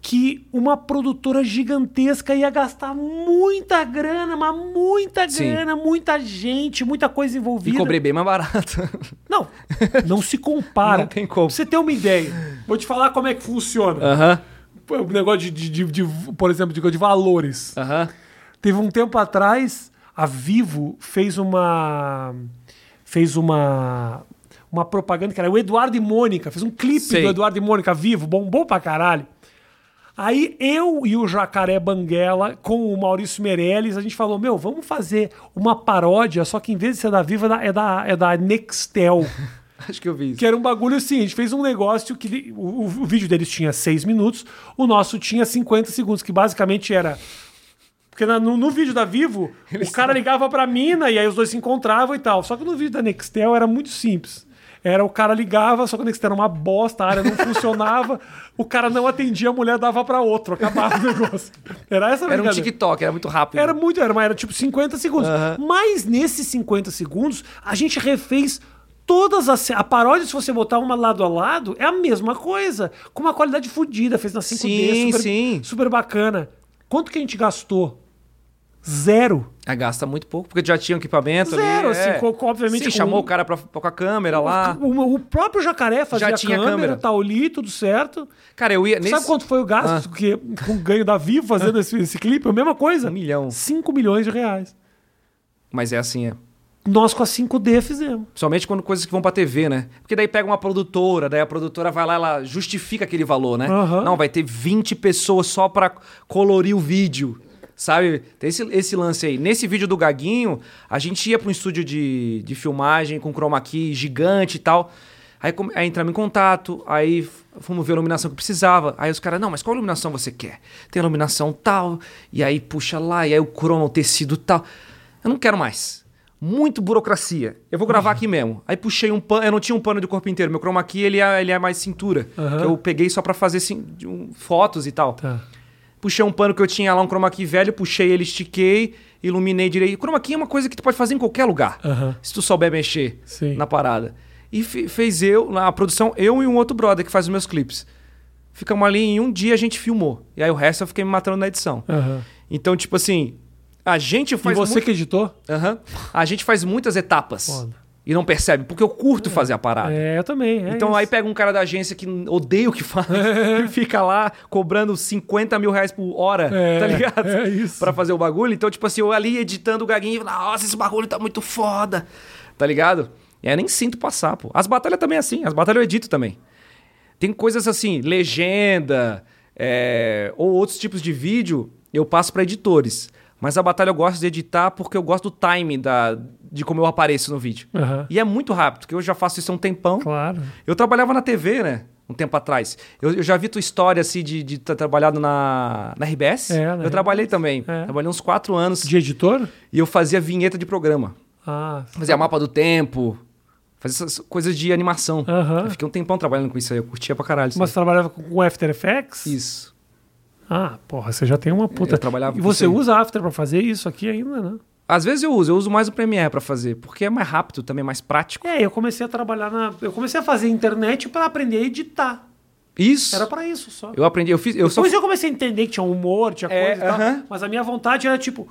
S1: que uma produtora gigantesca ia gastar muita grana, mas muita
S2: Sim.
S1: grana, muita gente, muita coisa
S2: E
S1: envolvida.
S2: cobrei bem mais barato.
S1: Não, não se compara.
S2: Não tem como. Ah.
S1: Pra você ter uma ideia, vou te falar como é que funciona.
S2: Aham,
S1: O negócio de, de- de- de- por exemplo, de, de valores.
S2: aham.
S1: Teve um tempo atrás, a Vivo fez uma. fez uma. uma propaganda que era o Eduardo e Mônica. Fez um clipe
S2: Sei.
S1: do Eduardo e Mônica vivo, bombou pra caralho. Aí eu e o Jacaré Banguela, com o Maurício Meirelles, a gente falou: meu, vamos fazer uma paródia, só que em vez de ser da Vivo, é da, é da, é da Nextel.
S2: Acho que eu vi isso.
S1: Que era um bagulho assim, a gente fez um negócio que li- o, o- o vídeo deles tinha 6 minutos, o nosso tinha 50 segundos, que basicamente era. Porque na- no, no vídeo da Vivo, o cara ligava pra mina e aí os dois se encontravam e tal. Só que no vídeo da Nextel era muito simples. Era o cara ligava, só que o Nextel era uma bosta, a área não funcionava, o cara não atendia, a mulher dava pra outro, acabava o negócio. Era essa a
S2: Era um
S1: brincadeira.
S2: TikTok, era muito rápido.
S1: Era muito, era, mas era tipo 50 segundos.
S2: Aham.
S1: Mas nesses 50 segundos, a gente refez todas as. ce- A paródia, se você botar uma lado a lado, é a mesma coisa. Com uma qualidade fodida, fez na 5D,
S2: Sim,
S1: super,
S2: sim.
S1: super bacana. Quanto que a gente gastou? Zero.
S2: Ah, gasta muito pouco, porque já tinha um equipamento
S1: Zero,
S2: ali.
S1: assim,
S2: é.
S1: co- co- obviamente
S2: Sim,
S1: com-
S2: chamou o cara pra, pra- com a câmera lá.
S1: O, o próprio jacaré fazia
S2: Ah. Já tinha
S1: câmera,
S2: câmera.
S1: tal ali, tudo certo.
S2: Cara, eu ia.
S1: Sabe
S2: nesse- Ah.
S1: quanto foi o gasto que, com o ganho da Vivo fazendo esse, esse clipe? A mesma coisa?
S2: Um milhão.
S1: 5 milhões de reais.
S2: Mas é assim, é.
S1: Nós com a 5D fizemos.
S2: Principalmente quando coisas que vão pra TV, né? Porque daí pega uma produtora, daí a produtora vai lá, ela justifica aquele valor, né?
S1: Aham.
S2: Não, vai ter 20 pessoas só pra colorir o vídeo. Sabe? Tem esse, esse lance aí. Nesse vídeo do Gaguinho, a gente ia pra um estúdio de, de filmagem com chroma key gigante e tal. Aí, come- aí entramos em contato, aí f- fomos ver a iluminação que precisava. Aí os caras, não, mas qual iluminação você quer? Tem a iluminação tal, e aí puxa lá, e aí o chroma, o tecido tal. Eu não quero mais. Muito burocracia. Eu vou gravar aqui mesmo. Aí puxei um pano. Eu não tinha um pano de corpo inteiro. Meu chroma key, ele é, ele é mais cintura. Que eu peguei só pra fazer assim, de um- fotos e tal.
S1: Tá.
S2: Puxei um pano que eu tinha lá, um chroma key velho. Puxei ele, estiquei, iluminei direito. Chroma key é uma coisa que tu pode fazer em qualquer lugar.
S1: Aham.
S2: Se tu souber mexer
S1: Sim.
S2: na parada. E fe- fez eu, na produção, eu e um outro brother que faz os meus clipes. Ficamos ali em um dia a gente filmou. E aí o resto eu fiquei me matando na edição.
S1: Aham.
S2: Então, tipo assim, a gente
S1: Ah. E
S2: faz
S1: você
S2: muito-
S1: que editou?
S2: Aham. A gente faz muitas etapas
S1: Foda.
S2: e não percebe, porque eu curto fazer a parada.
S1: É, eu também. é
S2: Então
S1: isso.
S2: aí pega um cara da agência que odeia o que faz e fica lá cobrando 50 mil reais por hora,
S1: É,
S2: tá ligado?
S1: é isso.
S2: Pra fazer o bagulho. Então, tipo assim, eu ali editando o gaguinho, nossa, esse bagulho tá muito foda, tá ligado? E aí eu nem sinto passar, pô. As batalhas também é assim, as batalhas eu edito também. Tem coisas assim, legenda, é, ou outros tipos de vídeo, eu passo pra editores. Mas a batalha eu gosto de editar porque eu gosto do timing da, de como eu apareço no vídeo.
S1: Aham.
S2: E é muito rápido, porque eu já faço isso há um tempão.
S1: Claro.
S2: Eu trabalhava na TV, né? Um tempo atrás. Eu, eu já vi tua história, assim, de ter trabalhado na, na RBS.
S1: É, na
S2: eu
S1: RBS.
S2: trabalhei também.
S1: É.
S2: Trabalhei uns quatro anos.
S1: De editor?
S2: E eu fazia vinheta de programa.
S1: Ah,
S2: Fazia mapa do tempo. Fazia essas coisas de animação.
S1: Aham.
S2: Eu fiquei um tempão trabalhando com isso aí. Eu curtia pra caralho isso.
S1: mas
S2: aí.
S1: você trabalhava com After Effects?
S2: Isso.
S1: Ah, porra, você já tem uma puta.
S2: Eu trabalhava
S1: e
S2: com
S1: você
S2: isso aí.
S1: usa After pra fazer isso aqui ainda, né?
S2: Às vezes eu uso, eu uso mais o Premiere pra fazer, porque é mais rápido também, é mais prático.
S1: É, eu comecei a trabalhar na. Eu comecei a fazer internet pra aprender a editar.
S2: Isso.
S1: Era pra isso só.
S2: Eu aprendi, eu fiz, eu só
S1: Depois eu comecei a entender que tinha humor, tinha
S2: É,
S1: coisa e tal.
S2: aham.
S1: Mas a minha vontade era tipo.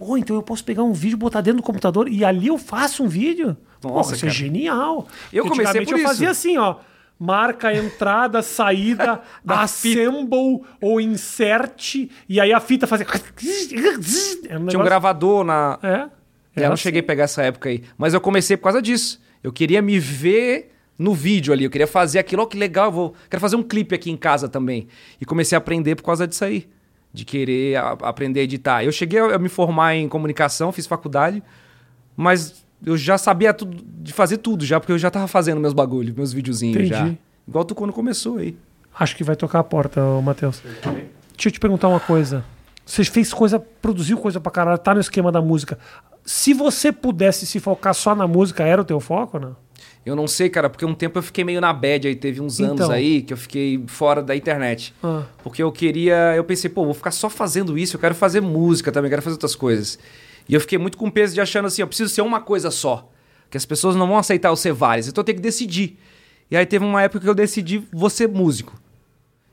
S1: Ou então eu posso pegar um vídeo, botar dentro do computador e ali eu faço um vídeo? Porra,
S2: Nossa,
S1: isso é
S2: cara.
S1: genial.
S2: Eu
S1: Porque
S2: comecei
S1: antigamente
S2: por
S1: Eu
S2: isso.
S1: fazia assim, ó. Marca, entrada, saída, assemble ou insert. E aí a fita fazia... Era um
S2: tinha um
S1: negócio-
S2: gravador na,
S1: É.
S2: É, eu
S1: Era
S2: não cheguei a pegar essa época aí. Mas eu comecei por causa disso. Eu queria me ver no vídeo ali. Eu queria fazer aquilo. ó, que legal. eu Vou... Quero fazer um clipe aqui em casa também. E comecei a aprender por causa disso aí. De querer a- aprender a editar. Eu cheguei a a me formar em comunicação, fiz faculdade. Mas eu já sabia tudo, de fazer tudo já. Porque eu já tava fazendo meus bagulhos, meus videozinhos já.
S1: Entendi.
S2: Igual tu quando começou aí.
S1: Acho que vai tocar a porta, ô, Matheus. Deixa eu te perguntar uma coisa. Você fez coisa, produziu coisa pra caralho, tá no esquema da música. Se você pudesse se focar só na música, era o teu foco, né?
S2: Eu não sei, cara, porque um tempo eu fiquei meio na bad aí, teve uns anos
S1: Então.
S2: aí que eu fiquei fora da internet.
S1: Ah.
S2: Porque eu queria, eu pensei, pô, vou ficar só fazendo isso, eu quero fazer música também, eu quero fazer outras coisas. E eu fiquei muito com peso de achando assim, eu preciso ser uma coisa só, que as pessoas não vão aceitar eu ser várias, então eu tenho que decidir. E aí teve uma época que eu decidi vou ser músico.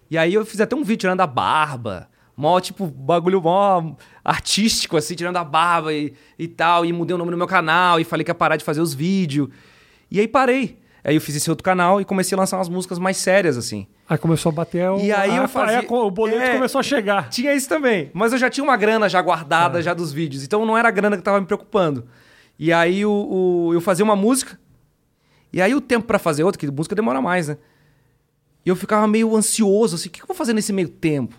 S2: E aí eu fiz até um vídeo tirando a barba. Mó, tipo, bagulho mó artístico, assim, tirando a barba e, e tal. E mudei o nome do meu canal e falei que ia parar de fazer os vídeos. E aí parei. Aí eu fiz esse outro canal e comecei a lançar umas músicas mais sérias, assim.
S1: Aí começou a bater é o.
S2: E aí eu
S1: a-
S2: fazia-
S1: a- o boleto
S2: É.
S1: começou a chegar.
S2: Tinha isso também. Mas eu já tinha uma grana já guardada já dos vídeos. Então não era a grana que tava me preocupando. E aí o, o- eu fazia uma música. E aí o tempo pra fazer outra, que música demora mais, né? E eu ficava meio ansioso, assim, o que que eu vou fazer nesse meio tempo?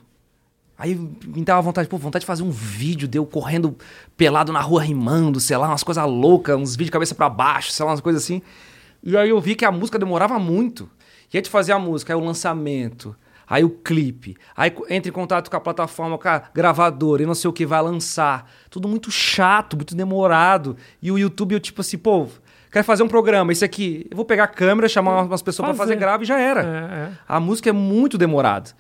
S2: Aí me dava vontade, pô, vontade de fazer um vídeo de eu correndo pelado na rua rimando, sei lá, umas coisas loucas, uns vídeos de cabeça pra baixo, sei lá, umas coisas assim. E aí eu vi que a música demorava muito. E aí de fazer a música, aí o lançamento, aí o clipe, aí co- entra em contato com a plataforma, com a gravadora e não sei o que vai lançar. Tudo muito chato, muito demorado. E o YouTube, eu tipo assim, pô, quero fazer um programa, isso aqui. Eu vou pegar a câmera, chamar umas pessoas pra
S1: Fazer.
S2: fazer grave e já era.
S1: É, Uhum. é.
S2: A música é muito demorada.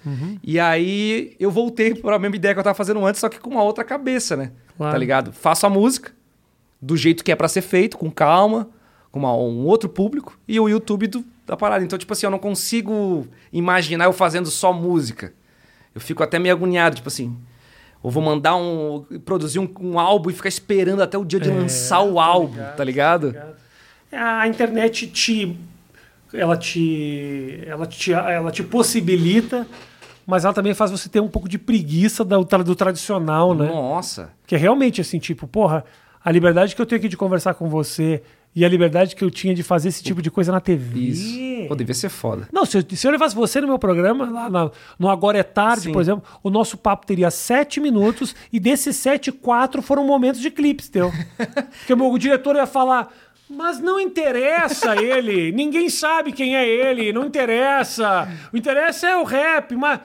S2: E aí eu voltei para a mesma ideia que eu tava fazendo antes, só que com uma outra cabeça, né?
S1: Claro.
S2: Tá ligado? Faço a música do jeito que é pra ser feito, com calma, com uma- um outro público e o YouTube do- da parada. Então, tipo assim, eu não consigo imaginar eu fazendo só música. Eu fico até meio agoniado, tipo assim, eu vou mandar um produzir um, um álbum e ficar esperando até o dia
S1: É,
S2: de lançar o álbum, tá ligado?
S1: A internet te. Ela te. Ela te, ela te possibilita, mas ela também faz você ter um pouco de preguiça do, tra- do tradicional, né?
S2: Nossa.
S1: Porque realmente, assim, tipo, porra, a liberdade que eu tenho aqui de conversar com você e a liberdade que eu tinha de fazer esse tipo de coisa na TV.
S2: Isso. Pô, devia ser foda.
S1: Não, se eu, se eu levasse você no meu programa, lá na- no Agora é Tarde,
S2: Sim.
S1: por exemplo, o nosso papo teria sete minutos e desses sete, quatro foram momentos de clipes teu. Porque o meu diretor ia falar. Mas não interessa ele, ninguém sabe quem é ele, não interessa. O interessa é o rap, mas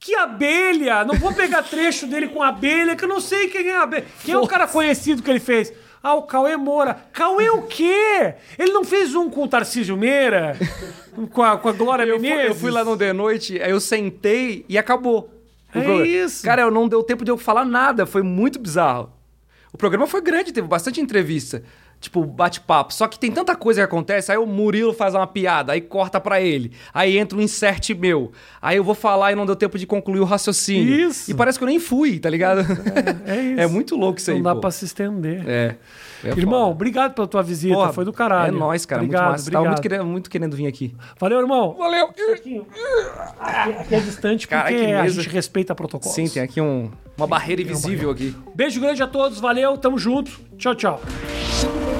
S1: que abelha! Não vou pegar trecho dele com abelha, que eu não sei quem é a abelha. Quem é o cara conhecido que ele fez? Ah, o Cauê Moura. Cauê o quê? Ele não fez um com o Tarcísio Meira? Um Com a, com a Glória
S2: Eu fui,
S1: Menezes?
S2: eu fui lá no The Noite, aí eu sentei e acabou. O
S1: É isso.
S2: Cara, eu não deu tempo de eu falar nada, foi muito bizarro. O programa foi grande, teve bastante entrevista, tipo, bate-papo. Só que tem tanta coisa que acontece, aí o Murilo faz uma piada, aí corta pra ele, aí entra um insert meu, aí eu vou falar e não deu tempo de concluir o raciocínio.
S1: Isso.
S2: E parece que eu nem fui, tá ligado?
S1: É isso.
S2: É muito louco isso aí,
S1: Não dá
S2: pô.
S1: pra se estender.
S2: É. É
S1: Irmão,
S2: foda.
S1: obrigado pela tua visita.
S2: Porra,
S1: Foi do caralho.
S2: É nóis, cara.
S1: Obrigado,
S2: muito massa. Tava muito
S1: obrigado.
S2: querendo, muito querendo vir aqui.
S1: Valeu, irmão.
S2: Valeu.
S1: Aqui é distante porque
S2: Cara, que
S1: a
S2: mesa.
S1: gente respeita protocolos.
S2: Sim, tem aqui um- uma barreira invisível aqui.
S1: Beijo grande a todos. Valeu. Tamo junto. Tchau, tchau.
S7: Thank